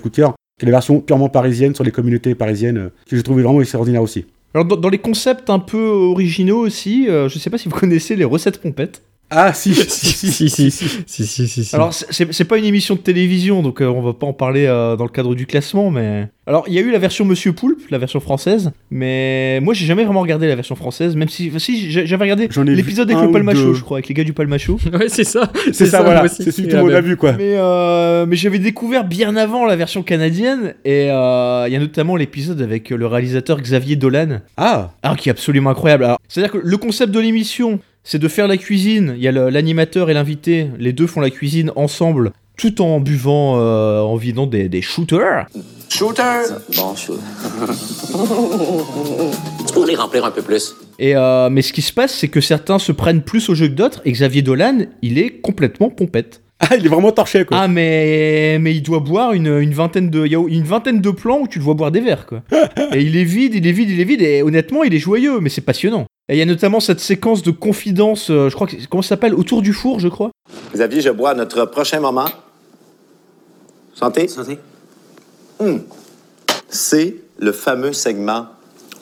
S2: Cooker, qui est la version purement parisienne sur les communautés parisiennes, euh, que j'ai trouvé vraiment extraordinaire aussi.
S1: Alors dans, dans les concepts un peu originaux aussi, euh, je sais pas si vous connaissez les recettes pompettes.
S2: Ah, si, si, si, si, si, si.
S3: Si, si, si. si.
S1: Alors c'est- c'est c'est pas une émission de télévision, donc euh, on va pas en parler euh, dans le cadre du classement, mais... Alors il y a eu la version Monsieur Poulpe, la version française, mais moi j'ai jamais vraiment regardé la version française, même si, si j'ai- j'avais regardé
S2: J'en ai vu
S1: l'épisode avec
S2: un
S1: le
S2: ou
S1: Palmacho,
S2: deux.
S1: je crois, avec les gars du Palmacho.
S3: ouais, c'est ça.
S2: C'est ça,
S3: moi
S2: voilà,
S3: aussi.
S2: c'est celui que tout
S3: C'est
S2: le monde
S3: la
S2: a vu, quoi.
S1: Mais, euh, mais j'avais découvert bien avant la version canadienne, et euh, il y a notamment l'épisode avec le réalisateur Xavier Dolan,
S2: Ah,
S1: ah, qui est absolument incroyable. Alors, C'est-à-dire que le concept de l'émission, c'est de faire la cuisine, il y a le- l'animateur et l'invité, les deux font la cuisine ensemble, tout en buvant, euh, en vidant des, des shooters.
S6: Shooter
S7: Pour les remplir un peu plus.
S1: Et, euh, mais ce qui se passe, c'est que certains se prennent plus au jeu que d'autres, et Xavier Dolan, il est complètement pompette.
S2: ah, il est vraiment torché, quoi.
S1: Ah, mais, mais il doit boire une, une vingtaine de. Il y a une vingtaine de plans où tu le vois boire des verres, quoi. Et il est vide, il est vide, il est vide, et honnêtement, il est joyeux, mais c'est passionnant. Et il y a notamment cette séquence de confidence, euh, je crois que. Comment ça s'appelle Autour du four, je crois.
S8: Xavier, je bois à notre prochain moment. Santé.
S7: Santé.
S8: Hum. C'est le fameux segment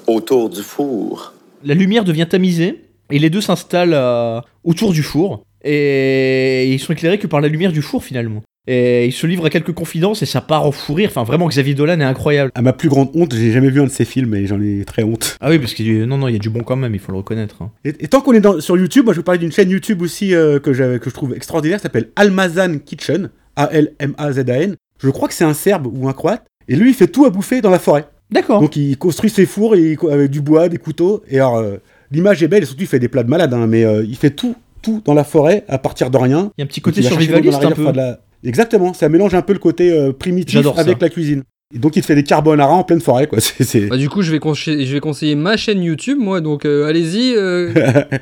S8: autour du four.
S1: La lumière devient tamisée, et les deux s'installent euh, autour du four, et ils sont éclairés que par la lumière du four, finalement. Et ils se livrent à quelques confidences, et ça part en fou rire. Enfin, vraiment, Xavier Dolan est incroyable.
S2: À ma plus grande honte, j'ai jamais vu un de ses films et j'en ai très honte.
S1: Ah oui, parce qu'il non, non, il y a du bon quand même, il faut le reconnaître. hein.
S2: Et, et tant qu'on est dans- sur YouTube, moi je vais vous parler d'une chaîne YouTube aussi euh, que, j'avais- que je trouve extraordinaire, qui s'appelle Almazan Kitchen, A-L-M-A-Z-A-N. Je crois que c'est un Serbe ou un Croate. Et lui, il fait tout à bouffer dans la forêt.
S1: D'accord.
S2: Donc il construit ses fours et, il co- avec du bois, des couteaux. Et alors, euh, l'image est belle et surtout, il fait des plats de malade, hein, mais euh, il fait tout, tout dans la forêt à partir de rien.
S1: Il y a un petit côté
S2: Donc, il va chercher dans la
S1: survivaliste un
S2: rivière,
S1: peu.
S2: faire de la- Exactement, ça mélange un peu le côté euh, primitif
S1: J'adore ça.
S2: avec la cuisine. Et donc il te fait des carbonara en pleine forêt, quoi. C'est- c'est-
S3: Bah, du coup, je vais, conse- je vais conseiller ma chaîne YouTube, moi, donc euh, allez-y. euh.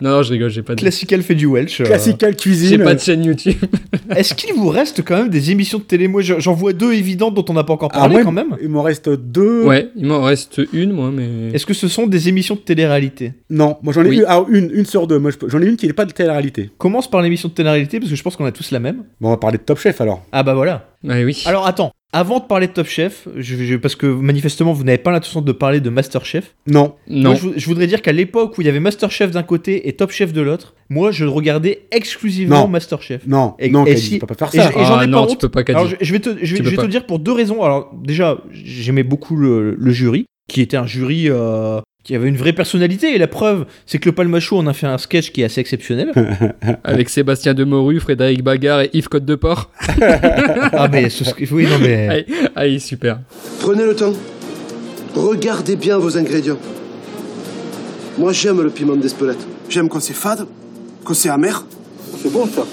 S3: non, non, je rigole, j'ai pas de.
S1: Classical fait du Welsh. euh.
S2: Classical
S3: J'ai
S2: cuisine.
S3: pas de chaîne YouTube.
S1: Est-ce qu'il vous reste quand même des émissions de télé Moi, je- j'en vois deux évidentes dont on n'a pas encore
S2: Ah,
S1: parlé
S2: moi,
S1: quand même.
S2: Il m'en reste deux.
S3: ouais, il m'en reste une, moi, mais.
S1: Est-ce que ce sont des émissions de télé-réalité
S2: Non, moi j'en ai
S3: Oui.
S2: eu- ah, une, une sur deux. Moi je peux- j'en ai une qui n'est pas de télé-réalité.
S1: Commence par l'émission de télé-réalité parce que je pense qu'on a tous la même.
S2: Bon, on va parler de Top Chef alors.
S1: Ah bah voilà.
S3: Ah oui.
S1: Alors attends, avant de parler de Top Chef, je- je- parce que manifestement vous n'avez pas l'intention de parler de Master Chef.
S2: Non.
S3: non.
S1: Moi, je, vou- je voudrais dire qu'à l'époque où il y avait Master Chef d'un côté et Top Chef de l'autre, moi je regardais exclusivement
S2: Non.
S1: Master Chef.
S2: Non,
S1: Et-
S2: non,
S1: et
S2: Caddy,
S1: si-
S2: tu peux pas faire
S1: et
S2: ça.
S1: je- j'en ai
S3: ah
S1: pas
S3: non, tu
S1: honte.
S3: peux pas, Caddy.
S1: Alors, je, je vais te, je vais,
S3: Tu
S1: je
S3: peux
S1: vais te
S3: pas.
S1: dire pour deux raisons. Alors, déjà, j'aimais beaucoup le, le jury, qui était un jury euh, qui avait une vraie personnalité. Et la preuve, c'est que le Palmacho en a fait un sketch qui est assez exceptionnel.
S3: Avec Sébastien Demoru, Frédéric Bagard et Yves Côte de Port.
S1: ah, mais ce sketch- oui, non, mais.
S3: Aïe, aïe, super.
S9: Prenez le temps. Regardez bien vos ingrédients. Moi, j'aime le piment d'Espelette.
S10: J'aime quand c'est fade, quand c'est amer,
S9: C'est bon, ça.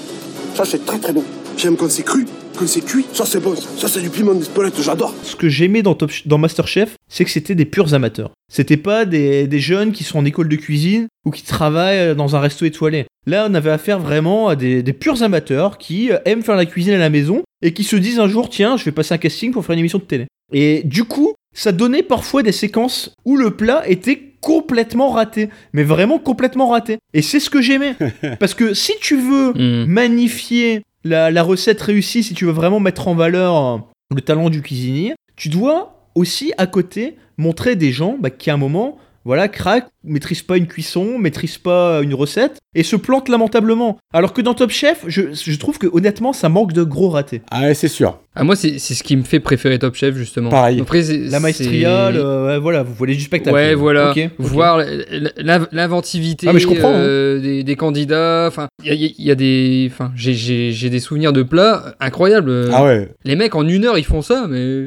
S9: Ça, c'est très, très bon.
S10: j'aime quand c'est cru, quand c'est cuit.
S9: Ça, c'est bon, ça. Ça, c'est du piment d'Espelette, j'adore.
S1: Ce que j'aimais dans, Top Ch- dans Masterchef, c'est que c'était des purs amateurs. C'était pas des, des jeunes qui sont en école de cuisine ou qui travaillent euh, dans un resto étoilé. Là, on avait affaire vraiment à des, des purs amateurs qui euh, aiment faire la cuisine à la maison et qui se disent un jour, tiens, je vais passer un casting pour faire une émission de télé. Et du coup, ça donnait parfois des séquences où le plat était complètement raté. Mais vraiment complètement raté. Et c'est ce que j'aimais. Parce que si tu veux
S3: Hmm.
S1: magnifier la, la recette réussie, si tu veux vraiment mettre en valeur euh, le talent du cuisinier, tu dois aussi à côté montrer des gens bah, qui à un moment voilà, craquent, maîtrisent pas une cuisson, maîtrisent pas euh, une recette et se plantent lamentablement. Alors que dans Top Chef, je, je trouve que honnêtement, ça manque de gros ratés.
S2: Ah ouais, c'est sûr.
S3: Ah, moi, c'est c'est ce qui me fait préférer Top Chef, justement.
S2: Pareil.
S3: Après, c'est-
S1: La maestria,
S3: c'est-
S1: le- ouais, voilà, vous voulez du spectacle.
S3: Ouais, voilà.
S1: Ok, ok.
S3: Voir l- l- l'inventivité
S1: Ah, mais je comprends,
S3: euh, des, des candidats. Enfin, il y a, il y a- il y a des. Enfin, j'ai- j'ai j'ai des souvenirs de plats incroyables.
S1: Euh.
S2: Ah ouais.
S3: Les mecs, en une heure, ils font ça, mais.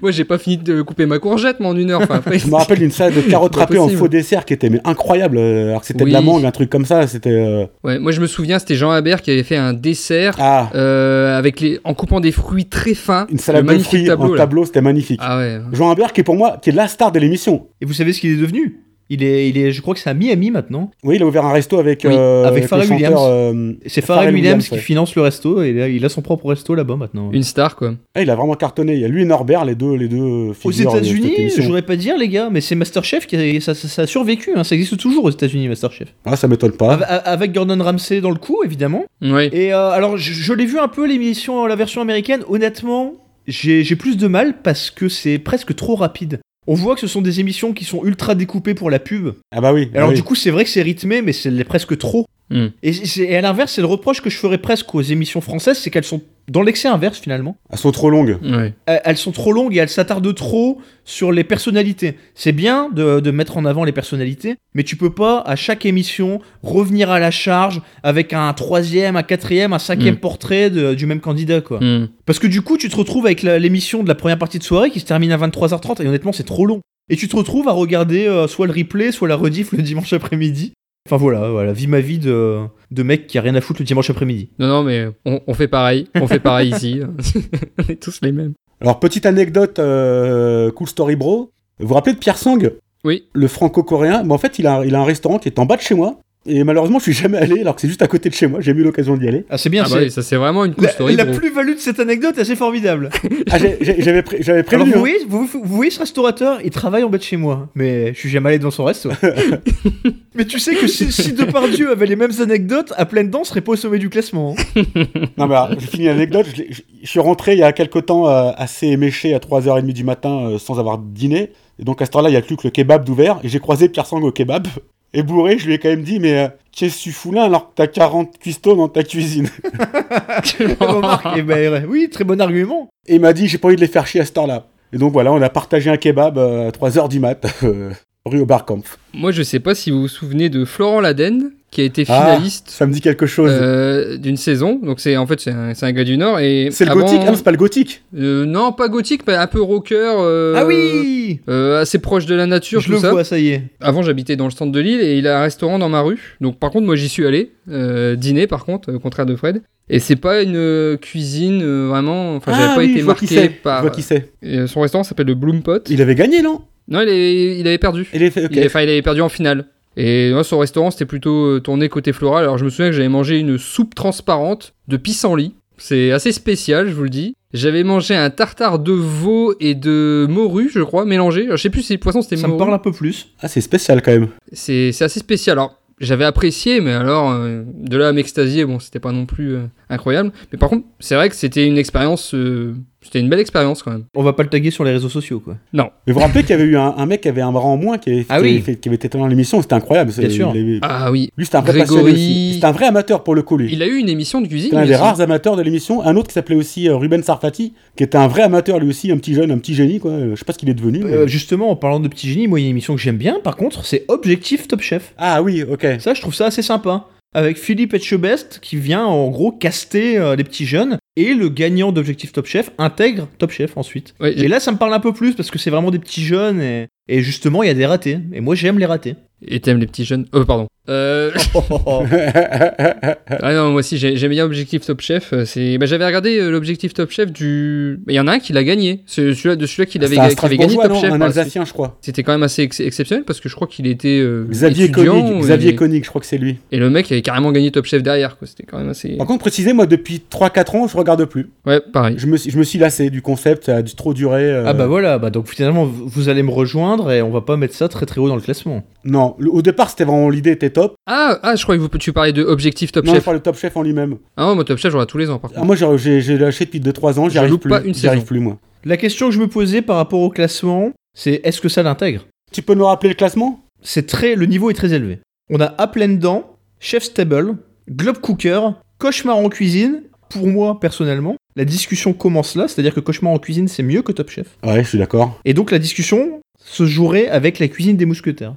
S3: Moi, j'ai pas fini de couper ma courgette, mais en une heure. Enfin, après,
S2: Je me rappelle d'une salade de carottes
S3: C'est pas
S2: râpées en
S3: possible.
S2: faux dé- dessert qui était mais incroyable, euh, alors que c'était de la
S3: Oui.
S2: mangue, un truc comme ça. C'était. euh,
S3: Ouais, moi je me souviens, c'était Jean Habert qui avait fait un dessert
S2: Ah,
S3: euh, avec les, en coupant des fruits très fins.
S2: une
S3: le
S2: salade de
S3: magnifique
S2: fruits
S3: tableau,
S2: en
S3: là.
S2: tableau, c'était magnifique.
S3: Ah ouais.
S2: Jean Humbert, qui est pour moi, qui est la star de l'émission.
S1: Et vous savez ce qu'il est devenu il est, il est, je crois que c'est à Miami maintenant.
S2: Oui, il a ouvert un resto avec,
S1: Oui,
S2: euh,
S1: avec
S2: le
S1: Pharrell
S2: chanteur, euh,
S1: Et C'est Pharrell Williams qui
S2: ouais.
S1: finance le resto et il a, il a son propre resto là-bas maintenant.
S3: Une star quoi.
S2: Ah, il a vraiment cartonné. Il y a lui et Norbert, les deux, les deux
S1: Aux
S2: figures de cette
S1: États-Unis,
S2: émission.
S1: j'aurais pas dire les gars, mais c'est Masterchef qui a, ça, ça- ça a survécu. hein, Ça existe toujours aux États-Unis, Masterchef.
S2: Ah, ça m'étonne pas.
S1: Av- a- Avec Gordon Ramsay dans le coup, évidemment.
S3: Ouais.
S1: Et euh, alors, je, je l'ai vu un peu l'émission, la version américaine. Honnêtement, j'ai j'ai plus de mal parce que c'est presque trop rapide. On voit que ce sont des émissions qui sont ultra découpées pour la pub.
S2: Ah bah oui.
S1: Et Alors
S2: oui.
S1: du coup, c'est vrai que c'est rythmé, mais c'est l'est presque trop.
S3: Mm.
S1: Et, c'est- et à l'inverse, c'est le reproche que je ferais presque aux émissions françaises, c'est qu'elles sont dans l'excès inverse finalement.
S2: elles sont trop longues.
S3: Ouais.
S1: Euh, Elles sont trop longues et elles s'attardent trop sur les personnalités. C'est bien de, de mettre en avant les personnalités, mais tu peux pas à chaque émission revenir à la charge avec un troisième, un quatrième, un cinquième
S3: Mm.
S1: portrait de- du même candidat quoi.
S3: Hmm.
S1: Parce que du coup, tu te retrouves avec la- l'émission de la première partie de soirée qui se termine à 23h30 et honnêtement, c'est trop long. Et tu te retrouves à regarder euh, soit le replay, soit la rediff le dimanche après-midi. Enfin voilà, voilà, vis ma vie de, de mec qui a rien à foutre le dimanche après-midi.
S3: Non, non, mais on, on fait pareil. On fait pareil ici. on est tous les mêmes.
S2: Alors petite anecdote, euh, cool story bro. Vous vous rappelez de Pierre Sang
S3: Oui.
S2: Le franco-coréen. Bah, en fait, il a, il a un restaurant qui est en bas de chez moi. Et malheureusement, je suis jamais allé, alors que c'est juste à côté de chez moi. J'ai eu l'occasion d'y aller.
S1: Ah c'est bien,
S3: Ah bah
S1: c'est
S3: oui, ça c'est vraiment une cool
S1: la,
S3: story.
S1: la
S3: bro.
S1: plus-value de cette anecdote, elle, c'est formidable.
S2: Ah, j'ai- j'ai- j'avais pré- j'avais
S1: Alors
S2: prévenu.
S1: vous
S2: hein.
S1: voyez, vous, vous voyez ce restaurateur, il travaille en bas de chez moi, hein. mais je suis jamais allé dans son resto. mais tu sais que si, si Depardieu avait les mêmes anecdotes, à pleine dent, on serait pas au sommet du classement. hein.
S2: Non, mais alors, j'ai fini l'anecdote. Je, l'ai- je- je suis rentré il y a quelque temps euh, assez éméché à 3h30 du matin euh, sans avoir dîné. Et donc à ce temps-là, il n'y a plus que le kebab d'ouvert. Et j'ai croisé Pierre Sang au kebab. Et bourré, je lui ai quand même dit Mais euh, qu'est-ce que tu fous là alors que t'as 40 cuistots dans ta cuisine
S1: Remarque, eh ben, oui, très bon argument.
S2: Et il m'a dit J'ai pas envie de les faire chier à ce temps-là. Et donc voilà, on a partagé un kebab euh, à 3h du mat, euh, rue au Barcamp.
S3: Moi, je sais pas si vous vous souvenez de Florent Laden, qui a été
S2: Ah,
S3: finaliste
S2: ça me dit quelque chose.
S3: euh, d'une saison. Donc, c'est en fait, c'est un, c'est un gars du Nord. Et
S2: c'est le
S3: avant-
S2: gothique Ah, non, c'est pas le gothique
S3: Euh, non, pas gothique, mais un peu rocker. euh,
S1: ah oui
S3: euh, assez proche de la nature,
S1: Je
S3: tout
S1: le
S3: ça.
S1: vois, ça y est.
S3: Avant, j'habitais dans le centre de Lille et il a un restaurant dans ma rue. Donc, par contre, moi, j'y suis allé euh, dîner, par contre, au contraire de Fred. Et c'est pas une euh, cuisine euh, vraiment. Enfin, j'avais
S2: Ah
S3: pas
S2: oui,
S3: été
S2: je vois qui
S3: marqué
S2: c'est, Je
S3: par.
S2: vois qui c'est.
S3: Euh, son restaurant s'appelle le Bloom Pot.
S2: Il avait gagné, non
S3: Non, il, est- il avait perdu.
S2: Il avait fait. ok.
S3: Il avait- Enfin, il avait perdu en finale. Et moi, son restaurant, c'était plutôt euh, tourné côté floral. Alors, je me souviens que j'avais mangé une soupe transparente de pissenlit. C'est assez spécial, je vous le dis. J'avais mangé un tartare de veau et de morue, je crois, mélangé. Alors, je sais plus si le poisson c'était
S1: Ça me
S3: morue.
S1: parle un peu plus.
S2: Ah, c'est spécial quand même.
S3: C'est c'est assez spécial. Alors, j'avais apprécié, mais alors, euh, de là à m'extasier, bon, c'était pas non plus euh, incroyable. Mais par contre, c'est vrai que c'était une expérience. euh, c'était une belle expérience quand même.
S1: On va pas le taguer sur les réseaux sociaux, quoi.
S2: Mais vous vous rappelez qu'il y avait eu un, un mec qui avait un bras en moins qui avait,
S1: Ah
S2: qui
S1: oui.
S2: avait fait- qui avait été dans l'émission, c'était incroyable. c'est-
S1: Bien sûr.
S2: il avait-
S3: Ah oui.
S2: Lui, c'était un vrai
S3: Grégory.
S2: passionné aussi. C'était un vrai amateur pour le coup, lui.
S3: Il a eu une émission de cuisine.
S2: C'était un
S3: lui
S2: des
S3: aussi.
S2: rares amateurs de l'émission. Un autre qui s'appelait aussi euh, Ruben Sarfati, qui était un vrai amateur lui aussi, un petit jeune, un petit génie, quoi. Euh, Je sais pas ce qu'il est devenu.
S3: Mmh.
S2: mais-
S1: Euh, justement, en parlant de petits génies, moi, il y a une émission que j'aime bien, par contre, c'est Objectif Top Chef.
S2: Ah oui, ok.
S1: Ça, je trouve ça assez sympa. Avec Philippe Etchebest, qui vient, en gros, caster euh, les petits jeunes, et le gagnant d'Objectif Top Chef intègre Top Chef ensuite.
S3: Ouais,
S1: Et là, ça me parle un peu plus, parce que c'est vraiment des petits jeunes, et, et justement, il y a des ratés. Et moi, j'aime les ratés.
S3: Et t'aimes les petits jeunes Euh, pardon. Euh... ah non, moi aussi, j'ai- j'aimais bien Objectif Top Chef. euh, C'est, bah, j'avais regardé euh, l'Objectif Top Chef du. bah, Il y en a un qui l'a gagné. C'est celui-là, de celui-là qui l'avait
S2: C'est Ah, un
S3: ga- qui avait gagné
S2: Strasbourgeois,
S3: Top
S2: non
S3: Chef. hein,
S2: Un
S3: par la suite.
S2: Alsacien, je crois.
S3: C'était quand même assez ex- exceptionnel parce que je crois qu'il était euh,
S2: Xavier
S3: étudiant
S2: Koenig, Xavier
S3: et,
S2: Koenig, je crois que c'est lui.
S3: et le mec avait carrément gagné Top Chef derrière. Quoi. C'était quand même assez.
S2: Par contre, précisez, moi, depuis 3-4 ans, je regarde plus.
S3: Ouais, pareil.
S2: Je me, suis- je me suis lassé du concept, ça a dû trop durer. euh,
S1: Ah bah voilà, bah donc finalement, vous vous allez me rejoindre, et on va pas mettre ça très très haut dans le classement.
S2: Non, le- au départ, c'était vraiment l'idée était top.
S3: Ah, ah, je croyais que vous, tu parlais de Objectif Top
S2: non,
S3: Chef.
S2: enfin, le Top Chef en lui-même.
S3: Ah non, moi Top Chef, j'aurais tous les ans par
S2: Ah,
S3: contre.
S2: moi, j'ai- j'ai j'ai lâché depuis 2-3 ans,
S3: Je
S2: j'y arrive
S3: loupe
S2: plus.
S3: pas une
S2: J'y arrive
S3: saison.
S2: plus, moi.
S1: La question que je me posais par rapport au classement, c'est est-ce que ça l'intègre
S2: Tu peux nous rappeler le classement
S1: C'est très, le niveau est très élevé. On a à pleines dents, chef stable, globe cooker, cauchemar en cuisine. Pour moi personnellement, la discussion commence là, c'est-à-dire que cauchemar en cuisine c'est mieux que Top Chef.
S2: Ouais, je suis d'accord. Ah.
S1: Et donc la discussion se jouerait avec la cuisine des mousquetaires.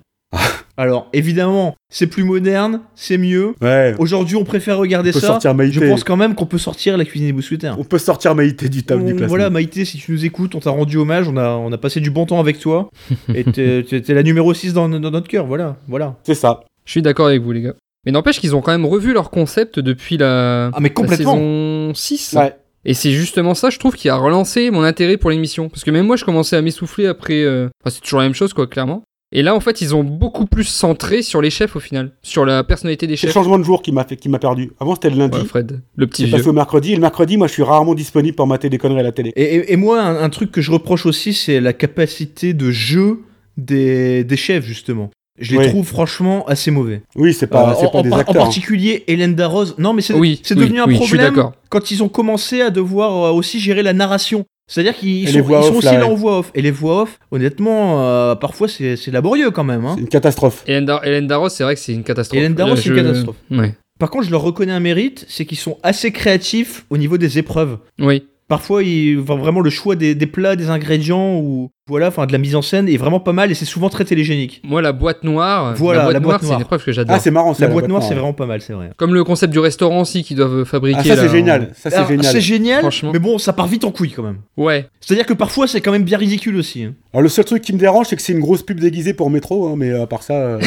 S1: Alors, évidemment, c'est plus moderne, c'est mieux.
S2: Ouais.
S1: Aujourd'hui, on préfère regarder
S2: On peut
S1: ça.
S2: sortir Maïté.
S1: Je pense quand même qu'on peut sortir la cuisine des bousquetaires.
S2: On peut sortir Maïté du table du
S1: On-
S2: classement.
S1: Voilà, Maïté, si tu nous écoutes, on t'a rendu hommage, on a, on a passé du bon temps avec toi. et t'es t'es- t'es la numéro 6 dans, dans notre cœur, voilà. voilà.
S2: C'est ça.
S3: Je suis d'accord avec vous, les gars. Mais n'empêche qu'ils ont quand même revu leur concept depuis la,
S1: Ah, mais
S3: la
S1: complètement.
S3: saison 6.
S2: Ouais.
S3: Et c'est justement ça, je trouve, qui a relancé mon intérêt pour l'émission. Parce que même moi, je commençais à m'essouffler après. euh, Enfin, c'est toujours la même chose, quoi, clairement. Et là, en fait, ils ont beaucoup plus centré sur les chefs au final, sur la personnalité des
S2: C'est le
S3: chefs.
S2: changement de jour qui m'a fait, qui m'a perdu. Avant c'était le lundi.
S3: Ouais, Fred, le petit
S2: C'est
S3: vieux.
S2: passé au mercredi. Et le mercredi, moi, je suis rarement disponible pour mater des conneries à la télé.
S1: Et, et- et moi, un, un truc que je reproche aussi, c'est la capacité de jeu des, des chefs, justement. Je les
S2: Oui.
S1: trouve franchement assez mauvais.
S2: Oui, c'est pas,
S1: Euh,
S2: c'est
S1: en,
S2: pas
S1: en
S2: des
S1: par- en
S2: acteurs. hein.
S1: particulier, Hélène Darroze. Non, mais c'est
S3: Oui,
S1: c'est
S3: oui,
S1: devenu un
S3: oui, je suis
S1: problème
S3: d'accord.
S1: quand ils ont commencé à devoir euh, aussi gérer la narration. C'est-à-dire qu'ils
S2: Et
S1: sont,
S2: les voix
S1: ils sont
S2: off,
S1: aussi
S2: là,
S1: là
S2: ouais.
S1: en voix off. Et les voix off, honnêtement, euh, parfois c'est c'est laborieux quand même. hein.
S2: C'est une catastrophe.
S3: Hélène, Dar- Hélène Darroze, c'est vrai que c'est une catastrophe.
S1: Hélène Darroze,
S3: Là,
S1: c'est une
S3: je-
S1: catastrophe.
S3: Ouais.
S1: Par contre, je leur reconnais un mérite, c'est qu'ils sont assez créatifs au niveau des épreuves.
S3: Oui.
S1: Parfois, ils, enfin, vraiment le choix des, des plats, des ingrédients ou voilà, enfin de la mise en scène est vraiment pas mal et c'est souvent très télégénique.
S3: Moi, la boîte noire,
S1: Voilà,
S3: la boîte
S1: la boîte
S3: noire, c'est
S1: noire.
S3: une épreuve que j'adore.
S2: Ah, c'est marrant ça.
S1: La boîte noire, c'est vraiment pas mal, c'est vrai.
S3: Comme le concept du restaurant aussi qu'ils doivent fabriquer.
S2: Ah, ça
S3: là,
S2: c'est
S3: en-
S2: génial. Ça Ah, c'est
S1: Alors,
S2: génial.
S1: C'est génial,
S3: Franchement.
S1: mais bon, ça part vite en couille quand même.
S3: Ouais.
S1: C'est-à-dire que parfois, c'est quand même bien ridicule aussi. hein.
S2: Alors le seul truc qui me dérange, c'est que c'est une grosse pub déguisée pour métro, hein, mais euh, à part ça. euh,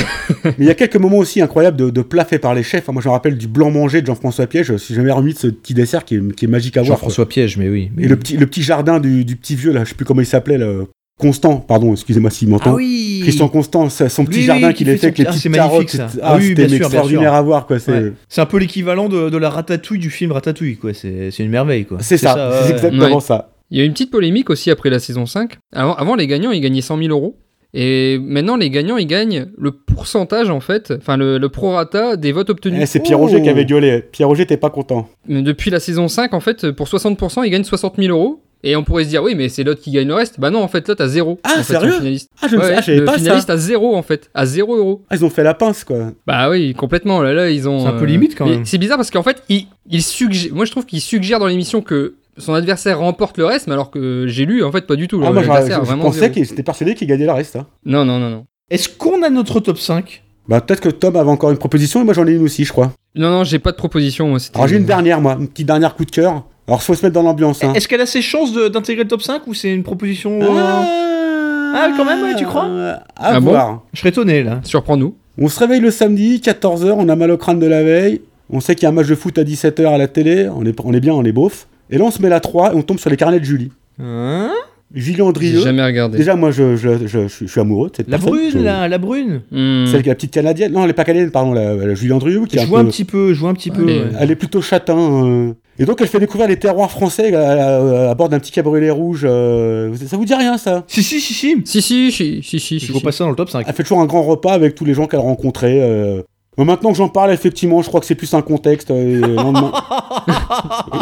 S2: mais il y a quelques moments aussi incroyables de, de plats faits par les chefs. hein. Moi, je me rappelle du blanc mangé de Jean-François Piège. Je suis jamais remis de ce petit dessert qui est, qui est magique à voir. quoi.
S1: Piège, mais oui.
S2: Et le petit, le petit jardin du, du petit vieux, là, je sais plus comment il s'appelait, là, Constant, pardon, excusez-moi s'il m'entend.
S1: Ah oui
S2: Christian Constant, ça- son petit
S1: Oui,
S2: jardin
S1: oui,
S2: qu'il
S1: qui
S2: a
S1: fait
S2: fait avec
S1: son-
S2: les
S1: Ah, c'est
S2: petites
S1: magnifique,
S2: carottes,
S1: ça.
S2: c'était-
S1: Ah oui,
S2: c'était
S1: bien sûr, bien
S2: extraordinaire
S1: sûr.
S2: à voir, quoi. C'est
S1: Ouais. C'est un peu l'équivalent de, de la ratatouille du film Ratatouille, quoi. C'est c'est une merveille, quoi. euh,
S2: c'est ça,
S1: ouais,
S2: c'est
S1: ouais.
S2: exactement
S3: Ouais.
S2: ça.
S3: Il y a eu une petite polémique aussi après la saison 5. Avant, avant, les gagnants, ils gagnaient 100 000 euros. Et maintenant, les gagnants, ils gagnent le pourcentage, en fait, enfin le, le prorata des votes
S2: Eh,
S3: obtenus.
S2: c'est Pierre
S1: Oh.
S2: Roger qui avait gueulé. Pierre Roger, t'es pas content.
S3: Mais Depuis la saison 5, en fait, pour 60%, ils gagnent 60 000 euros. Et on pourrait se dire, oui, mais c'est l'autre qui gagne le reste. Bah non, en fait, là, t'as zéro.
S2: Ah,
S3: en fait,
S2: sérieux
S3: le finaliste.
S2: Ah, je ne
S3: Ouais,
S2: sais- ah,
S3: ouais,
S2: j'avais
S3: le
S2: pas ça.
S3: finaliste à zéro, en fait. À zéro euro.
S2: Ah, ils ont fait la pince, quoi.
S3: Bah oui, complètement. Là, là ils ont.
S1: C'est un peu limite, quand
S3: mais
S1: même.
S3: C'est bizarre parce qu'en fait, il, il suggère. Moi, je trouve qu'il suggère dans l'émission que son adversaire remporte le reste, mais alors que j'ai lu, en fait, pas du tout.
S2: Ah, moi, j'aurais- je,
S3: l'adversaire a
S2: je
S3: vraiment
S2: pensais
S3: zéro.
S2: qu'il était persuadé qu'il gagnait le reste. hein.
S3: Non, non, non, non.
S1: Est-ce qu'on a notre top 5
S2: Bah, peut-être que Tom avait encore une proposition et moi, j'en ai une aussi, je crois.
S3: Non, non, j'ai pas de proposition. moi, c'était-
S2: Alors, j'ai une dernière, moi, une petite dernière coup de cœur. Alors, faut se mettre dans l'ambiance. Hein.
S1: Est-ce qu'elle a ses chances de- d'intégrer le top 5 ou c'est une proposition euh,
S2: Ah,
S1: Ah, quand même, ouais, tu crois
S2: À
S3: Ah bon
S2: voir.
S1: Je serais étonné, là.
S3: Surprends-nous.
S2: On se réveille le samedi, 14h, on a mal au crâne de la veille, on sait qu'il y a un match de foot à 17h à la télé, on est, on est bien, on est beauf. Et là, on se met la 3 et on tombe sur les carnets de Julie.
S1: Hein
S2: Julie
S3: J'ai
S2: Andrieux.
S3: jamais regardé.
S2: Déjà, moi, je, je, je- je suis amoureux de cette
S1: La
S2: personne.
S1: brune,
S2: Je-
S1: là, la brune.
S3: Hmm.
S2: Celle qui est la petite canadienne. Non, elle est pas canadienne, pardon, la, la Julie Andrieux. Qui est
S1: Je
S2: un
S1: vois un
S2: peu-
S1: petit peu, je vois un petit peu.
S3: Allez.
S1: ouais.
S2: Elle est plutôt châtain. euh. Et donc, elle fait découvrir les terroirs français à, à- à bord d'un petit cabriolet rouge. euh. Ça vous dit rien, ça
S1: Si, si, si, si.
S3: Si, si, si, si, si. si,
S1: Je vois
S3: si.
S1: pas ça dans le top 5.
S2: Elle fait toujours un grand repas avec tous les gens qu'elle rencontrait. euh. Mais maintenant que j'en parle, effectivement, je crois que c'est plus un contexte. euh, et le lendemain-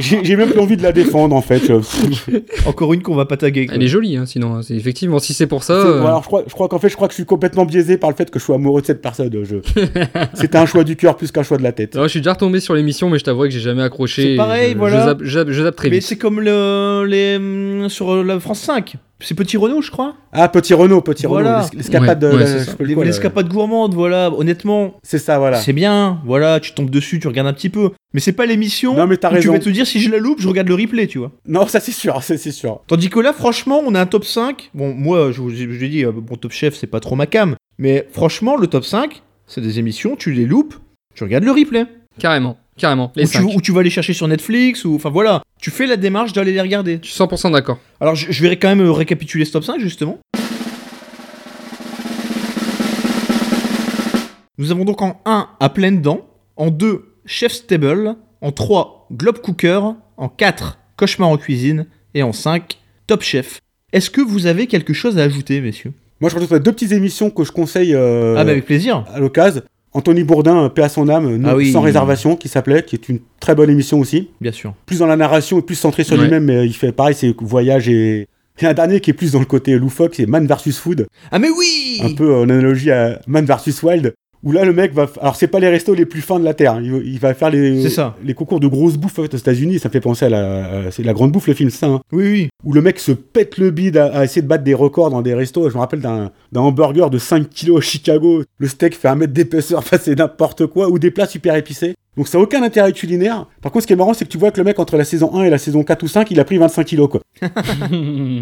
S2: J'ai j'ai même plus envie de la défendre, en fait. Euh, pff,
S1: Encore une qu'on va pas taguer. quoi.
S3: Ah. Elle est jolie, hein, sinon. hein. C'est- Effectivement, si c'est pour ça.
S2: c'est-
S3: euh,
S2: Alors, je crois, je crois qu'en fait, je crois que je suis complètement biaisé par le fait que je sois amoureux de cette personne. euh, Je... C'était un choix du cœur plus qu'un choix de la tête.
S3: alors, je suis déjà retombé sur l'émission, mais je t'avoue que j'ai jamais accroché.
S1: C'est
S3: et
S1: pareil,
S3: je- je
S1: voilà.
S3: zappe- Je zappe, je zappe très
S1: Mais
S3: vite.
S1: c'est comme le, les, hum, sur la France 5. C'est Petit Renault, je crois.
S2: Ah, petit Renault, petit
S1: Voilà.
S2: Renault, l'es- l'escapade
S3: Ouais,
S2: de.
S3: ouais,
S2: la-
S3: c'est
S2: je
S3: ça.
S2: sais pas le
S1: Les,
S2: quoi, là.
S1: l'escapade gourmande, voilà. Honnêtement,
S2: C'est ça, voilà.
S1: c'est bien. Voilà, tu tombes dessus, tu regardes un petit peu. Mais c'est pas l'émission.
S2: Non, mais t'as
S1: où Tu
S2: raison.
S1: vas te dire si je la loupe, je regarde le replay, tu vois.
S2: Non, ça, c'est sûr, c'est c'est sûr.
S1: Tandis que là, franchement, on a un top 5. Bon, moi, je vous je vous ai dit, euh, bon, top chef, c'est pas trop ma cam. Mais franchement, le top 5, c'est des émissions, tu les loupes, tu regardes le replay.
S3: Carrément, carrément. Les
S1: Ou tu,
S3: cinq.
S1: ou tu vas les chercher sur Netflix, ou enfin voilà. Tu fais la démarche d'aller les regarder.
S3: Je suis 100% d'accord.
S1: Alors, je, je vais quand même euh, récapituler ce top 5, justement. Nous avons donc en 1 à pleines dents, en 2 chef stable, en 3 globe cooker, en 4 cauchemar en cuisine et en 5 top chef. Est-ce que vous avez quelque chose à ajouter, messieurs
S2: Moi, je retrouve deux petites émissions que je conseille euh,
S1: Ah, bah avec plaisir.
S2: à l'occasion. Anthony Bourdin, euh, paix à son âme, non-
S1: Ah oui.
S2: sans réservation, qui s'appelait, qui est une très bonne émission aussi.
S1: Bien sûr.
S2: Plus dans la narration et plus centré sur
S3: Ouais.
S2: lui-même, mais euh, il fait pareil, c'est voyage et. Et un dernier qui est plus dans le côté loufoque, c'est Man vs Food,
S1: Ah, mais oui
S2: un peu en analogie à Man vs Wild, Où là, le mec va. f- Alors, c'est pas les restos les plus fins de la Terre. hein. Il, il va faire les,
S1: C'est ça.
S2: les concours de grosses bouffes en fait, aux États-Unis. Ça me fait penser à la, à- c'est la grande bouffe, le film, c'est ça. hein.
S1: Oui, oui.
S2: Où le mec se pète le bide à, à essayer de battre des records dans des restos. Je me rappelle d'un d'un hamburger de 5 kilos à Chicago. Le steak fait un mètre d'épaisseur. Enfin, c'est n'importe quoi. Ou des plats super épicés. Donc, ça n'a aucun intérêt culinaire. Par contre, ce qui est marrant, c'est que tu vois que le mec, entre la saison 1 et la saison 4 ou 5, il a pris 25 kilos, quoi.
S3: Mmh.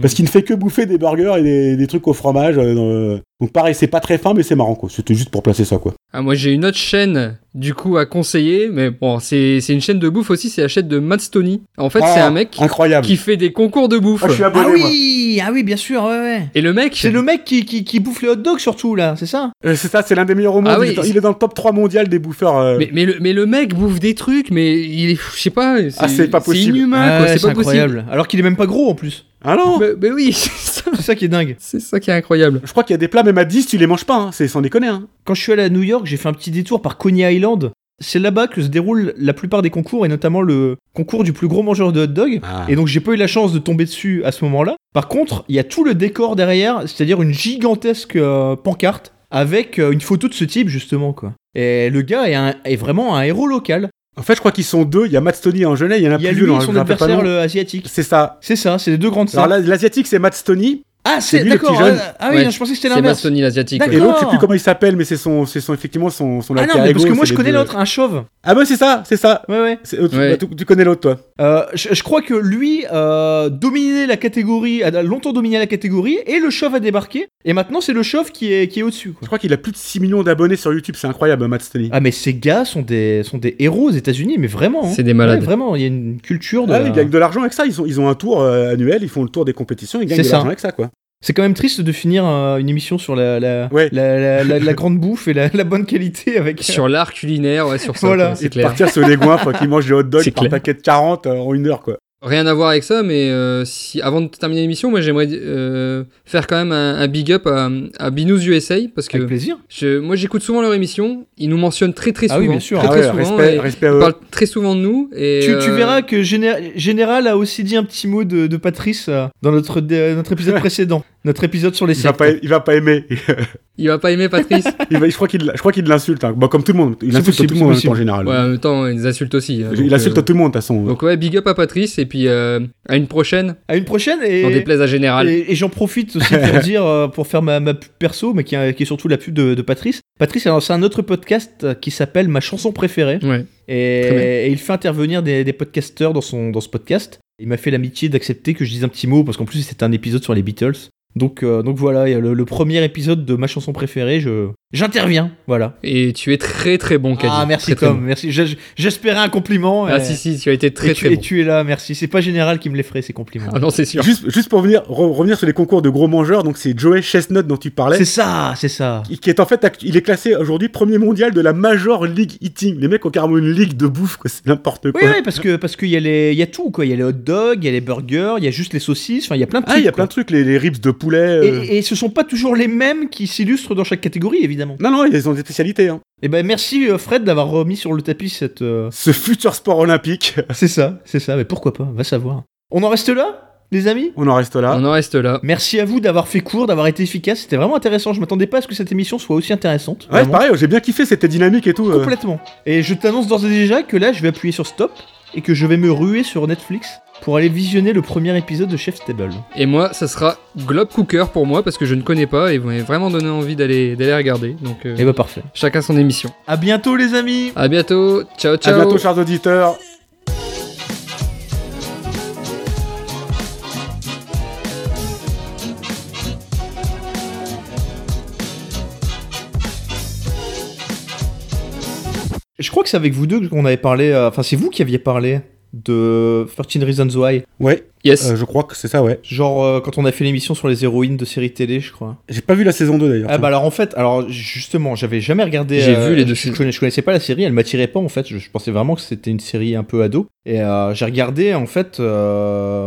S2: Parce qu'il ne fait que bouffer des burgers et des, des trucs au fromage. euh, dans le- Donc pareil, c'est pas très fin, mais c'est marrant quoi. C'était juste pour placer ça quoi.
S3: Ah, moi j'ai une autre chaîne du coup à conseiller, mais bon, c'est c'est une chaîne de bouffe aussi, c'est la chaîne de Matt Stoney. En fait, c'est
S2: Ah,
S3: un mec
S2: Incroyable.
S3: qui fait des concours de bouffe.
S2: Ah, je suis abonné
S1: Ah
S2: moi.
S1: oui, ah oui, bien sûr, ouais, ouais.
S3: Et le mec,
S1: C'est le mec qui, qui, qui bouffe les hot dogs surtout là, c'est ça
S2: Euh, c'est ça, c'est l'un des meilleurs au monde.
S3: Ah oui,
S2: il, est dans,
S3: c'est-
S2: il est dans le top 3 mondial des bouffeurs. euh,
S3: mais, mais le, mais le mec bouffe des trucs, mais il est, je sais pas, c'est
S2: Ah, c'est pas possible.
S3: inhumain,
S1: Ah
S3: quoi,
S1: ouais,
S3: c'est pas
S1: incroyable. Alors qu'il est même pas gros en plus.
S2: Ah non
S3: possible. Mais, mais oui, c'est ça,
S1: C'est ça qui est dingue.
S3: c'est ça qui est incroyable.
S2: Je crois qu'il y a des plats, même à 10, tu les manges pas, hein. c'est sans déconner. Hein.
S1: Quand je suis allé à New York, j'ai fait un petit détour par Coney Island. C'est là-bas que se déroulent la plupart des concours et notamment le concours du plus gros mangeur de hot dog.
S2: Ah.
S1: Et donc j'ai pas eu la chance de tomber dessus à ce moment-là. Par contre, il y a tout le décor derrière, c'est-à-dire une gigantesque euh, pancarte avec euh, une photo de ce type justement quoi. Et le gars est, un- est vraiment un héros local.
S2: En fait, je crois qu'ils sont deux. Il y a Matt Stoney en Genève, il y en a,
S1: Il y a
S2: plus
S1: lui
S2: vieux dans
S1: et
S2: le-
S1: son
S2: je me rappelle pas le
S1: adversaire
S2: nom.
S1: le asiatique.
S2: C'est ça.
S1: C'est ça, c'est les deux grandes
S2: Alors
S1: sœurs.
S2: là, l'asiatique, c'est Matt Stoney.
S1: Ah
S2: c'est
S1: c'est
S2: lui, le petit
S1: d'accord.
S2: jeune.
S1: Ah, ah oui,
S3: Ouais.
S1: non, je pensais que c'était
S3: C'est Matt
S1: l'inverse.
S3: Stoney l'asiatique.
S1: D'accord.
S2: Et
S3: ouais.
S2: l'autre, je sais plus comment il s'appelle, mais c'est son, c'est son, effectivement, son, son
S1: Ah
S2: alter
S1: non, mais parce
S2: ego,
S1: que moi
S2: c'est
S1: je
S2: les
S1: connais
S2: deux.
S1: l'autre, un chauve.
S2: Ah bah c'est ça, c'est ça.
S1: Ouais ouais.
S2: C'est- euh, tu-
S3: Ouais.
S2: bah, tu- tu connais l'autre, toi.
S1: Euh, je, je crois que lui euh, dominait la catégorie, a longtemps dominé la catégorie, et le chauve a débarqué, et maintenant c'est le chauve qui est, qui est au-dessus. quoi.
S2: Je crois qu'il a plus de 6 millions d'abonnés sur YouTube, c'est incroyable, Matt Stoney.
S1: Ah mais ces gars sont des, sont des héros aux États-Unis, mais vraiment. hein.
S3: C'est des malades.
S1: Ouais, vraiment, il y a une culture de.
S2: Ah, ils gagnent de l'argent avec ça, ils ont, ils ont un tour euh, annuel, ils font le tour des compétitions, ils gagnent
S1: C'est
S2: de
S1: ça.
S2: l'argent avec ça quoi.
S1: C'est quand même triste de finir euh, une émission sur la, la,
S2: Ouais.
S1: la, la- la- la grande bouffe et la, la bonne qualité avec.
S3: Sur l'art culinaire, ouais, sur ça,
S1: Voilà.
S3: quoi,
S2: Et
S3: c'est
S2: de
S3: clair.
S2: partir sur les goins, faut qu'ils mangent des hot dogs
S3: C'est
S2: par
S3: clair.
S2: paquet de 40 euh, en une heure quoi.
S3: Rien à voir avec ça, mais euh, si, avant de terminer l'émission, moi j'aimerais euh, faire quand même un, un big up à, à Binous USA parce
S1: Avec
S3: que
S1: plaisir.
S3: je- moi j'écoute souvent leur émission. Ils nous mentionnent très très
S1: Ah
S3: souvent.
S1: oui, bien sûr.
S3: Très,
S1: Ah
S3: très
S2: ouais,
S3: souvent.
S2: respect,
S3: et
S2: respect euh, à
S3: ils
S2: eux.
S3: parlent très souvent de nous. Et,
S1: Tu, tu
S3: euh,
S1: verras que Géné- Général a aussi dit un petit mot de, de Patrice euh, dans notre, dé- notre épisode précédent, notre épisode sur les
S2: Il va,
S1: sectes.
S2: pas, il va pas aimer.
S3: Il va pas aimer Patrice.
S1: Ah
S2: Il va- je crois qu'il je crois qu'il l'insulte. hein. Bon, comme tout le monde. Il
S1: C'est
S2: insulte
S1: possible,
S2: tout le monde
S1: c'est
S2: en général.
S3: ouais, en même temps, ils insultent aussi. hein,
S2: Il
S3: donc,
S2: insulte
S3: euh,
S2: tout le monde, de toute façon.
S3: Donc ouais, big up à Patrice et puis euh, à une prochaine.
S1: À une prochaine
S3: N'en
S1: et.
S3: déplaise à Général.
S1: Et, et j'en profite aussi pour dire, euh, pour faire ma, ma pub perso, mais qui, est- qui est surtout la pub de, de Patrice. Patrice a lancé un autre podcast euh, qui s'appelle Ma chanson préférée.
S3: Ouais.
S1: Et,
S3: Très bien.
S1: et il fait intervenir des, des podcasteurs dans, son, dans ce podcast. Il m'a fait l'amitié d'accepter que je dise un petit mot, parce qu'en plus c'était un épisode sur les Beatles. Donc, euh, donc voilà, il y a le, le premier épisode de ma chanson préférée, je j'interviens, voilà.
S3: Et tu es très très bon, Caddy.
S1: ah merci
S3: Très, très
S1: Tom,
S3: bon.
S1: merci. J'ai- J'espérais un compliment.
S3: Ah
S1: et-
S3: si si, tu as été
S1: et
S3: très
S1: tu,
S3: très
S1: et
S3: bon.
S1: tu es là, merci. C'est pas général qui me les ferait ces compliments.
S3: Ah non, c'est sûr.
S2: Juste, juste pour venir, re- revenir sur les concours de gros mangeurs, donc c'est Joey Chestnut dont tu parlais.
S1: c'est ça, c'est ça.
S2: qui- Qui est en fait, act- il est classé aujourd'hui premier mondial de la Major League Eating. Les mecs ont carrément une ligue de bouffe, quoi. C'est n'importe quoi.
S1: Oui, oui, parce que parce qu'il y a les, il y a tout quoi. Il y a les hot dogs, il y a les burgers, il y a juste les saucisses. Enfin, il y a plein de
S2: ah,
S1: trucs.
S2: il y a
S1: quoi.
S2: plein de trucs, les, les ribs de poulet. euh.
S1: Et, et ce sont pas toujours les mêmes qui s'illustrent dans chaque catégorie, évidemment.
S2: Non, non, ils ont des spécialités. hein.
S1: Et ben merci euh, Fred d'avoir remis sur le tapis cette. euh,
S2: Ce futur sport olympique,
S1: C'est ça, c'est ça. Mais pourquoi pas Va savoir. On en reste là, les amis.
S2: on en reste
S1: Ah.
S2: là.
S3: On en reste là.
S1: Merci à vous d'avoir fait court, d'avoir été efficace. C'était vraiment intéressant. Je m'attendais pas à ce que cette émission soit aussi intéressante.
S2: Ouais,
S1: vraiment.
S2: pareil, j'ai bien kiffé, c'était dynamique et tout. euh.
S1: Complètement. Et je t'annonce d'ores et déjà que là, je vais appuyer sur stop et que je vais me ruer sur Netflix pour aller visionner le premier épisode de Chef's Table.
S3: Et moi, ça sera Globe Cooker pour moi parce que je ne connais pas et vous m'avez vraiment donné envie d'aller d'aller regarder. Donc euh,
S1: Et bah parfait.
S3: chacun son émission.
S1: À bientôt, les amis.
S3: À bientôt. Ciao
S2: À
S3: ciao.
S2: bientôt, chers auditeurs.
S1: Je crois que c'est avec vous deux qu'on avait parlé. euh, Enfin, c'est vous qui aviez parlé de 13 Reasons Why.
S2: Ouais,
S3: yes.
S2: euh, je crois que c'est ça, ouais.
S1: Genre, euh, quand on a fait l'émission sur les héroïnes de séries télé, je crois.
S2: J'ai pas vu la saison 2 d'ailleurs.
S1: Ah, bah alors, en fait, alors justement, j'avais jamais regardé. euh,
S3: J'ai vu les deux
S1: je,
S3: séries.
S1: connais- je connaissais pas la série, elle m'attirait pas en fait. Je, je pensais vraiment que c'était une série un peu ado. Et euh, j'ai regardé, en fait, euh,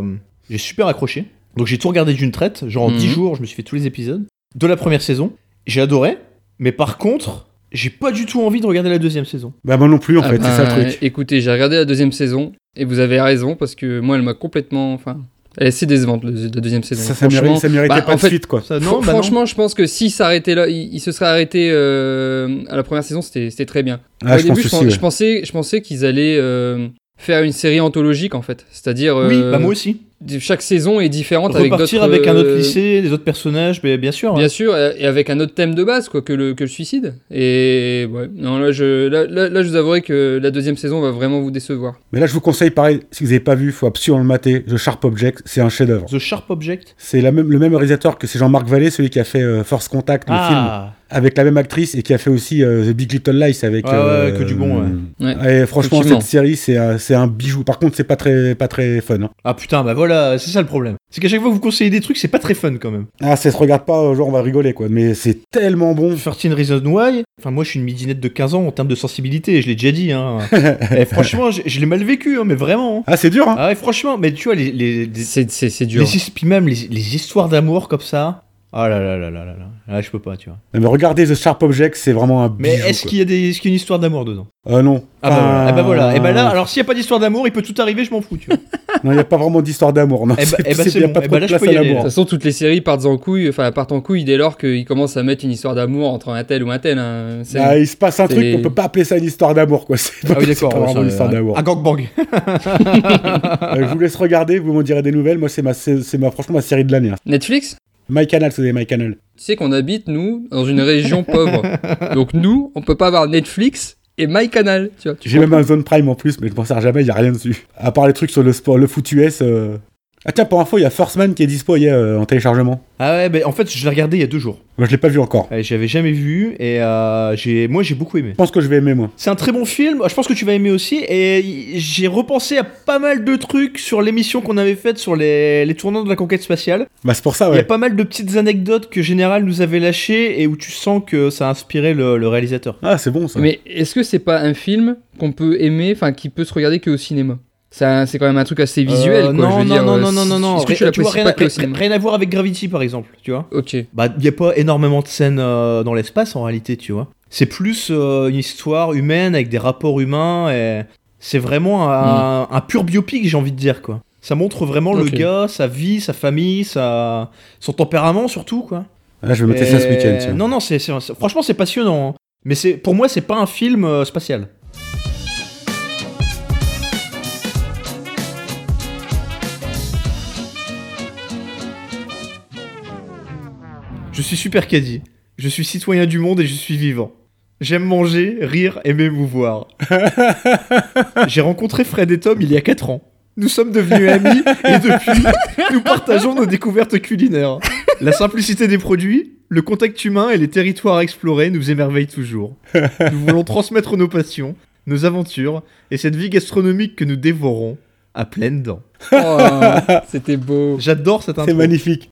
S1: j'ai super accroché. Donc, j'ai tout regardé d'une traite. Genre, en
S3: Mhm.
S1: 10 jours, je me suis fait tous les épisodes de la première saison. J'ai adoré. Mais par contre, j'ai pas du tout envie de regarder la deuxième saison.
S2: Bah moi non plus en
S3: Ah
S2: fait, c'est ça le
S3: bah,
S2: truc.
S3: Écoutez, j'ai regardé la deuxième saison et vous avez raison parce que moi, elle m'a complètement. Enfin, Elle est assez décevante, le- la deuxième saison.
S2: Ça, ça, mérite-
S3: Franchement,
S2: ça Euh, méritait
S3: bah,
S2: pas
S3: en
S2: de
S3: fait,
S2: suite, quoi.
S1: Ça, non,
S3: Fr-
S1: bah non.
S3: franchement, je pense que s'il s'arrêtait là, il, il se serait arrêté euh, à la première saison, c'était c'était très bien.
S2: Ah,
S3: Au
S2: je
S3: début,
S2: pense
S3: je,
S2: aussi,
S3: pen-
S2: ouais.
S3: je pensais, je pensais qu'ils allaient euh, faire une série anthologique en fait, c'est-à-dire
S1: Oui,
S3: euh,
S1: bah moi aussi.
S3: chaque saison est différente avec
S1: Repartir
S3: d'autres
S1: avec, un autre
S3: euh,
S1: lycée, des autres personnages, mais bien sûr.
S3: Bien
S1: hein.
S3: sûr, et avec un autre thème de base quoi, que, le, que le suicide. Et ouais, non, là je, là, là- là, je vous avouerai que la deuxième saison va vraiment vous décevoir.
S2: Mais là, je vous conseille, pareil, si vous n'avez pas vu, faut absolument le mater. The Sharp Object, c'est un chef-d'œuvre.
S1: The Sharp Object.
S2: C'est la même, le même réalisateur que c'est Jean-Marc Vallée, celui qui a fait euh, Force Contact, le film,
S1: Ah,
S2: avec la même actrice et qui a fait aussi euh, The Big Little Lies avec.
S1: Ouais, ouais,
S2: euh,
S1: que du bon, ouais.
S2: Et franchement,
S3: Effectivement.
S2: cette série, c'est un, c'est un bijou. Par contre, c'est pas très, pas très fun. hein.
S1: ah putain, bah voilà, c'est ça le problème. C'est qu'à chaque fois que vous conseillez des trucs, c'est pas très fun quand même.
S2: Ah, ça se regarde pas, euh, genre on va rigoler, quoi. Mais c'est tellement bon.
S1: 13 Reasons Why, enfin moi je suis une midinette de 15 ans en termes de sensibilité, je l'ai déjà dit. Hein. Eh, franchement, je, je l'ai mal vécu, hein, mais vraiment. hein.
S2: Ah, c'est dur, hein.
S1: Ah ouais, franchement, mais tu vois, les, les, les-
S3: C'est c'est- c'est dur.
S1: les his- puis même les, les histoires d'amour comme ça. Ah là là là là là là, Ah, je peux pas, tu vois.
S2: Mais regardez The Sharp Object, c'est vraiment un bijou.
S1: Mais est-ce
S2: quoi.
S1: qu'il y a des, est-ce qu'il y a une histoire d'amour dedans
S2: Ah non.
S1: Ah bah voilà,
S2: Ah.
S1: eh bah voilà, eh bah là, alors s'il y a pas d'histoire d'amour, il peut tout arriver, je m'en fous, tu vois.
S2: Non, il n'y a pas vraiment d'histoire d'amour. Non,
S1: Eh bah-
S2: c'est
S1: eh bah,
S2: c'est-
S1: c'est
S2: y a
S1: bon.
S2: pas
S1: Eh
S2: trop
S1: bah,
S2: de
S1: là, je
S2: place
S1: peux
S2: à
S1: y aller,
S2: l'amour.
S3: De toute façon, toutes les séries partent en couille, enfin partent en couille dès lors qu'ils commencent à mettre une histoire d'amour entre un tel ou un tel. hein. C'est-
S1: Bah,
S2: Ah, il se passe un truc,
S3: c'est-
S2: on peut pas appeler ça une histoire d'amour, quoi. C'est pas,
S1: Ah oui,
S2: c'est
S1: d'accord.
S2: pas vraiment
S1: ça,
S2: une histoire
S1: euh,
S2: d'amour.
S1: Un gangbang.
S2: Euh, je vous laisse regarder, vous m'en direz des nouvelles. Moi, c'est ma, c'est c'est ma, franchement ma série de l'année. hein.
S3: Netflix,
S2: My Canal, c'est My Canal.
S3: tu sais qu'on habite nous dans une région pauvre, donc nous on peut pas avoir Netflix et MyCanal. Tu vois, tu
S2: J'ai même un Zone Prime en plus, mais je m'en sers jamais, il y a rien dessus. À part les trucs sur le sport, le foot US. euh. Ah tiens, pour info, il y a First Man qui est dispo hier, euh, en téléchargement.
S1: Ah ouais, bah, en fait, je l'ai regardé il y a deux jours.
S2: Moi, je l'ai pas vu encore.
S1: Euh, J'avais jamais vu et euh, j'ai, moi j'ai beaucoup aimé.
S2: Je pense que je vais aimer, moi.
S1: C'est un très bon film, je pense que tu vas aimer aussi. Et y- j'ai repensé à pas mal de trucs sur l'émission qu'on avait faite sur les, les tournants de la conquête spatiale.
S2: Bah, c'est pour ça,
S1: Il y a
S2: ouais.
S1: pas mal de petites anecdotes que Général nous avait lâchées et où tu sens que ça a inspiré le, le réalisateur.
S2: Ah, c'est bon ça.
S3: Mais est-ce que c'est pas un film qu'on peut aimer, enfin qui peut se regarder que au cinéma Ça, c'est quand même un truc assez visuel.
S1: Euh,
S3: quoi,
S1: non,
S3: je veux
S1: non,
S3: dire,
S1: non,
S3: euh,
S1: non, non, non, non,
S3: Est-ce que tu
S1: Rien- vois,
S3: l'apprécies
S1: rien,
S3: pas que au
S1: rien-
S3: cinéma
S1: rien à voir avec Gravity par exemple, tu vois.
S3: Ok.
S1: Bah, il n'y a pas énormément de scènes euh, dans l'espace en réalité, tu vois. C'est plus euh, une histoire humaine avec des rapports humains et c'est vraiment un, un pur biopic, j'ai envie de dire, quoi. Ça montre vraiment
S3: Ok.
S1: le gars, sa vie, sa famille, sa... son tempérament surtout, quoi.
S2: Ah, je vais mettre ça ce
S1: Et-
S2: week-end. tiens.
S1: Euh, Non, non, c'est, c'est- c'est- franchement, c'est passionnant. hein. Mais c'est, pour moi, c'est pas un film euh, spatial. Je suis super caddie. Je suis citoyen du monde et je suis vivant. J'aime manger, rire et m'émouvoir. J'ai rencontré Fred et Tom il y a 4 ans. Nous sommes devenus amis et depuis, nous partageons nos découvertes culinaires. La simplicité des produits, le contact humain et les territoires à explorer nous émerveillent toujours. Nous voulons transmettre nos passions, nos aventures et cette vie gastronomique que nous dévorons à pleines dents.
S3: Oh, c'était beau.
S1: J'adore cette
S2: C'est
S1: intro.
S2: magnifique.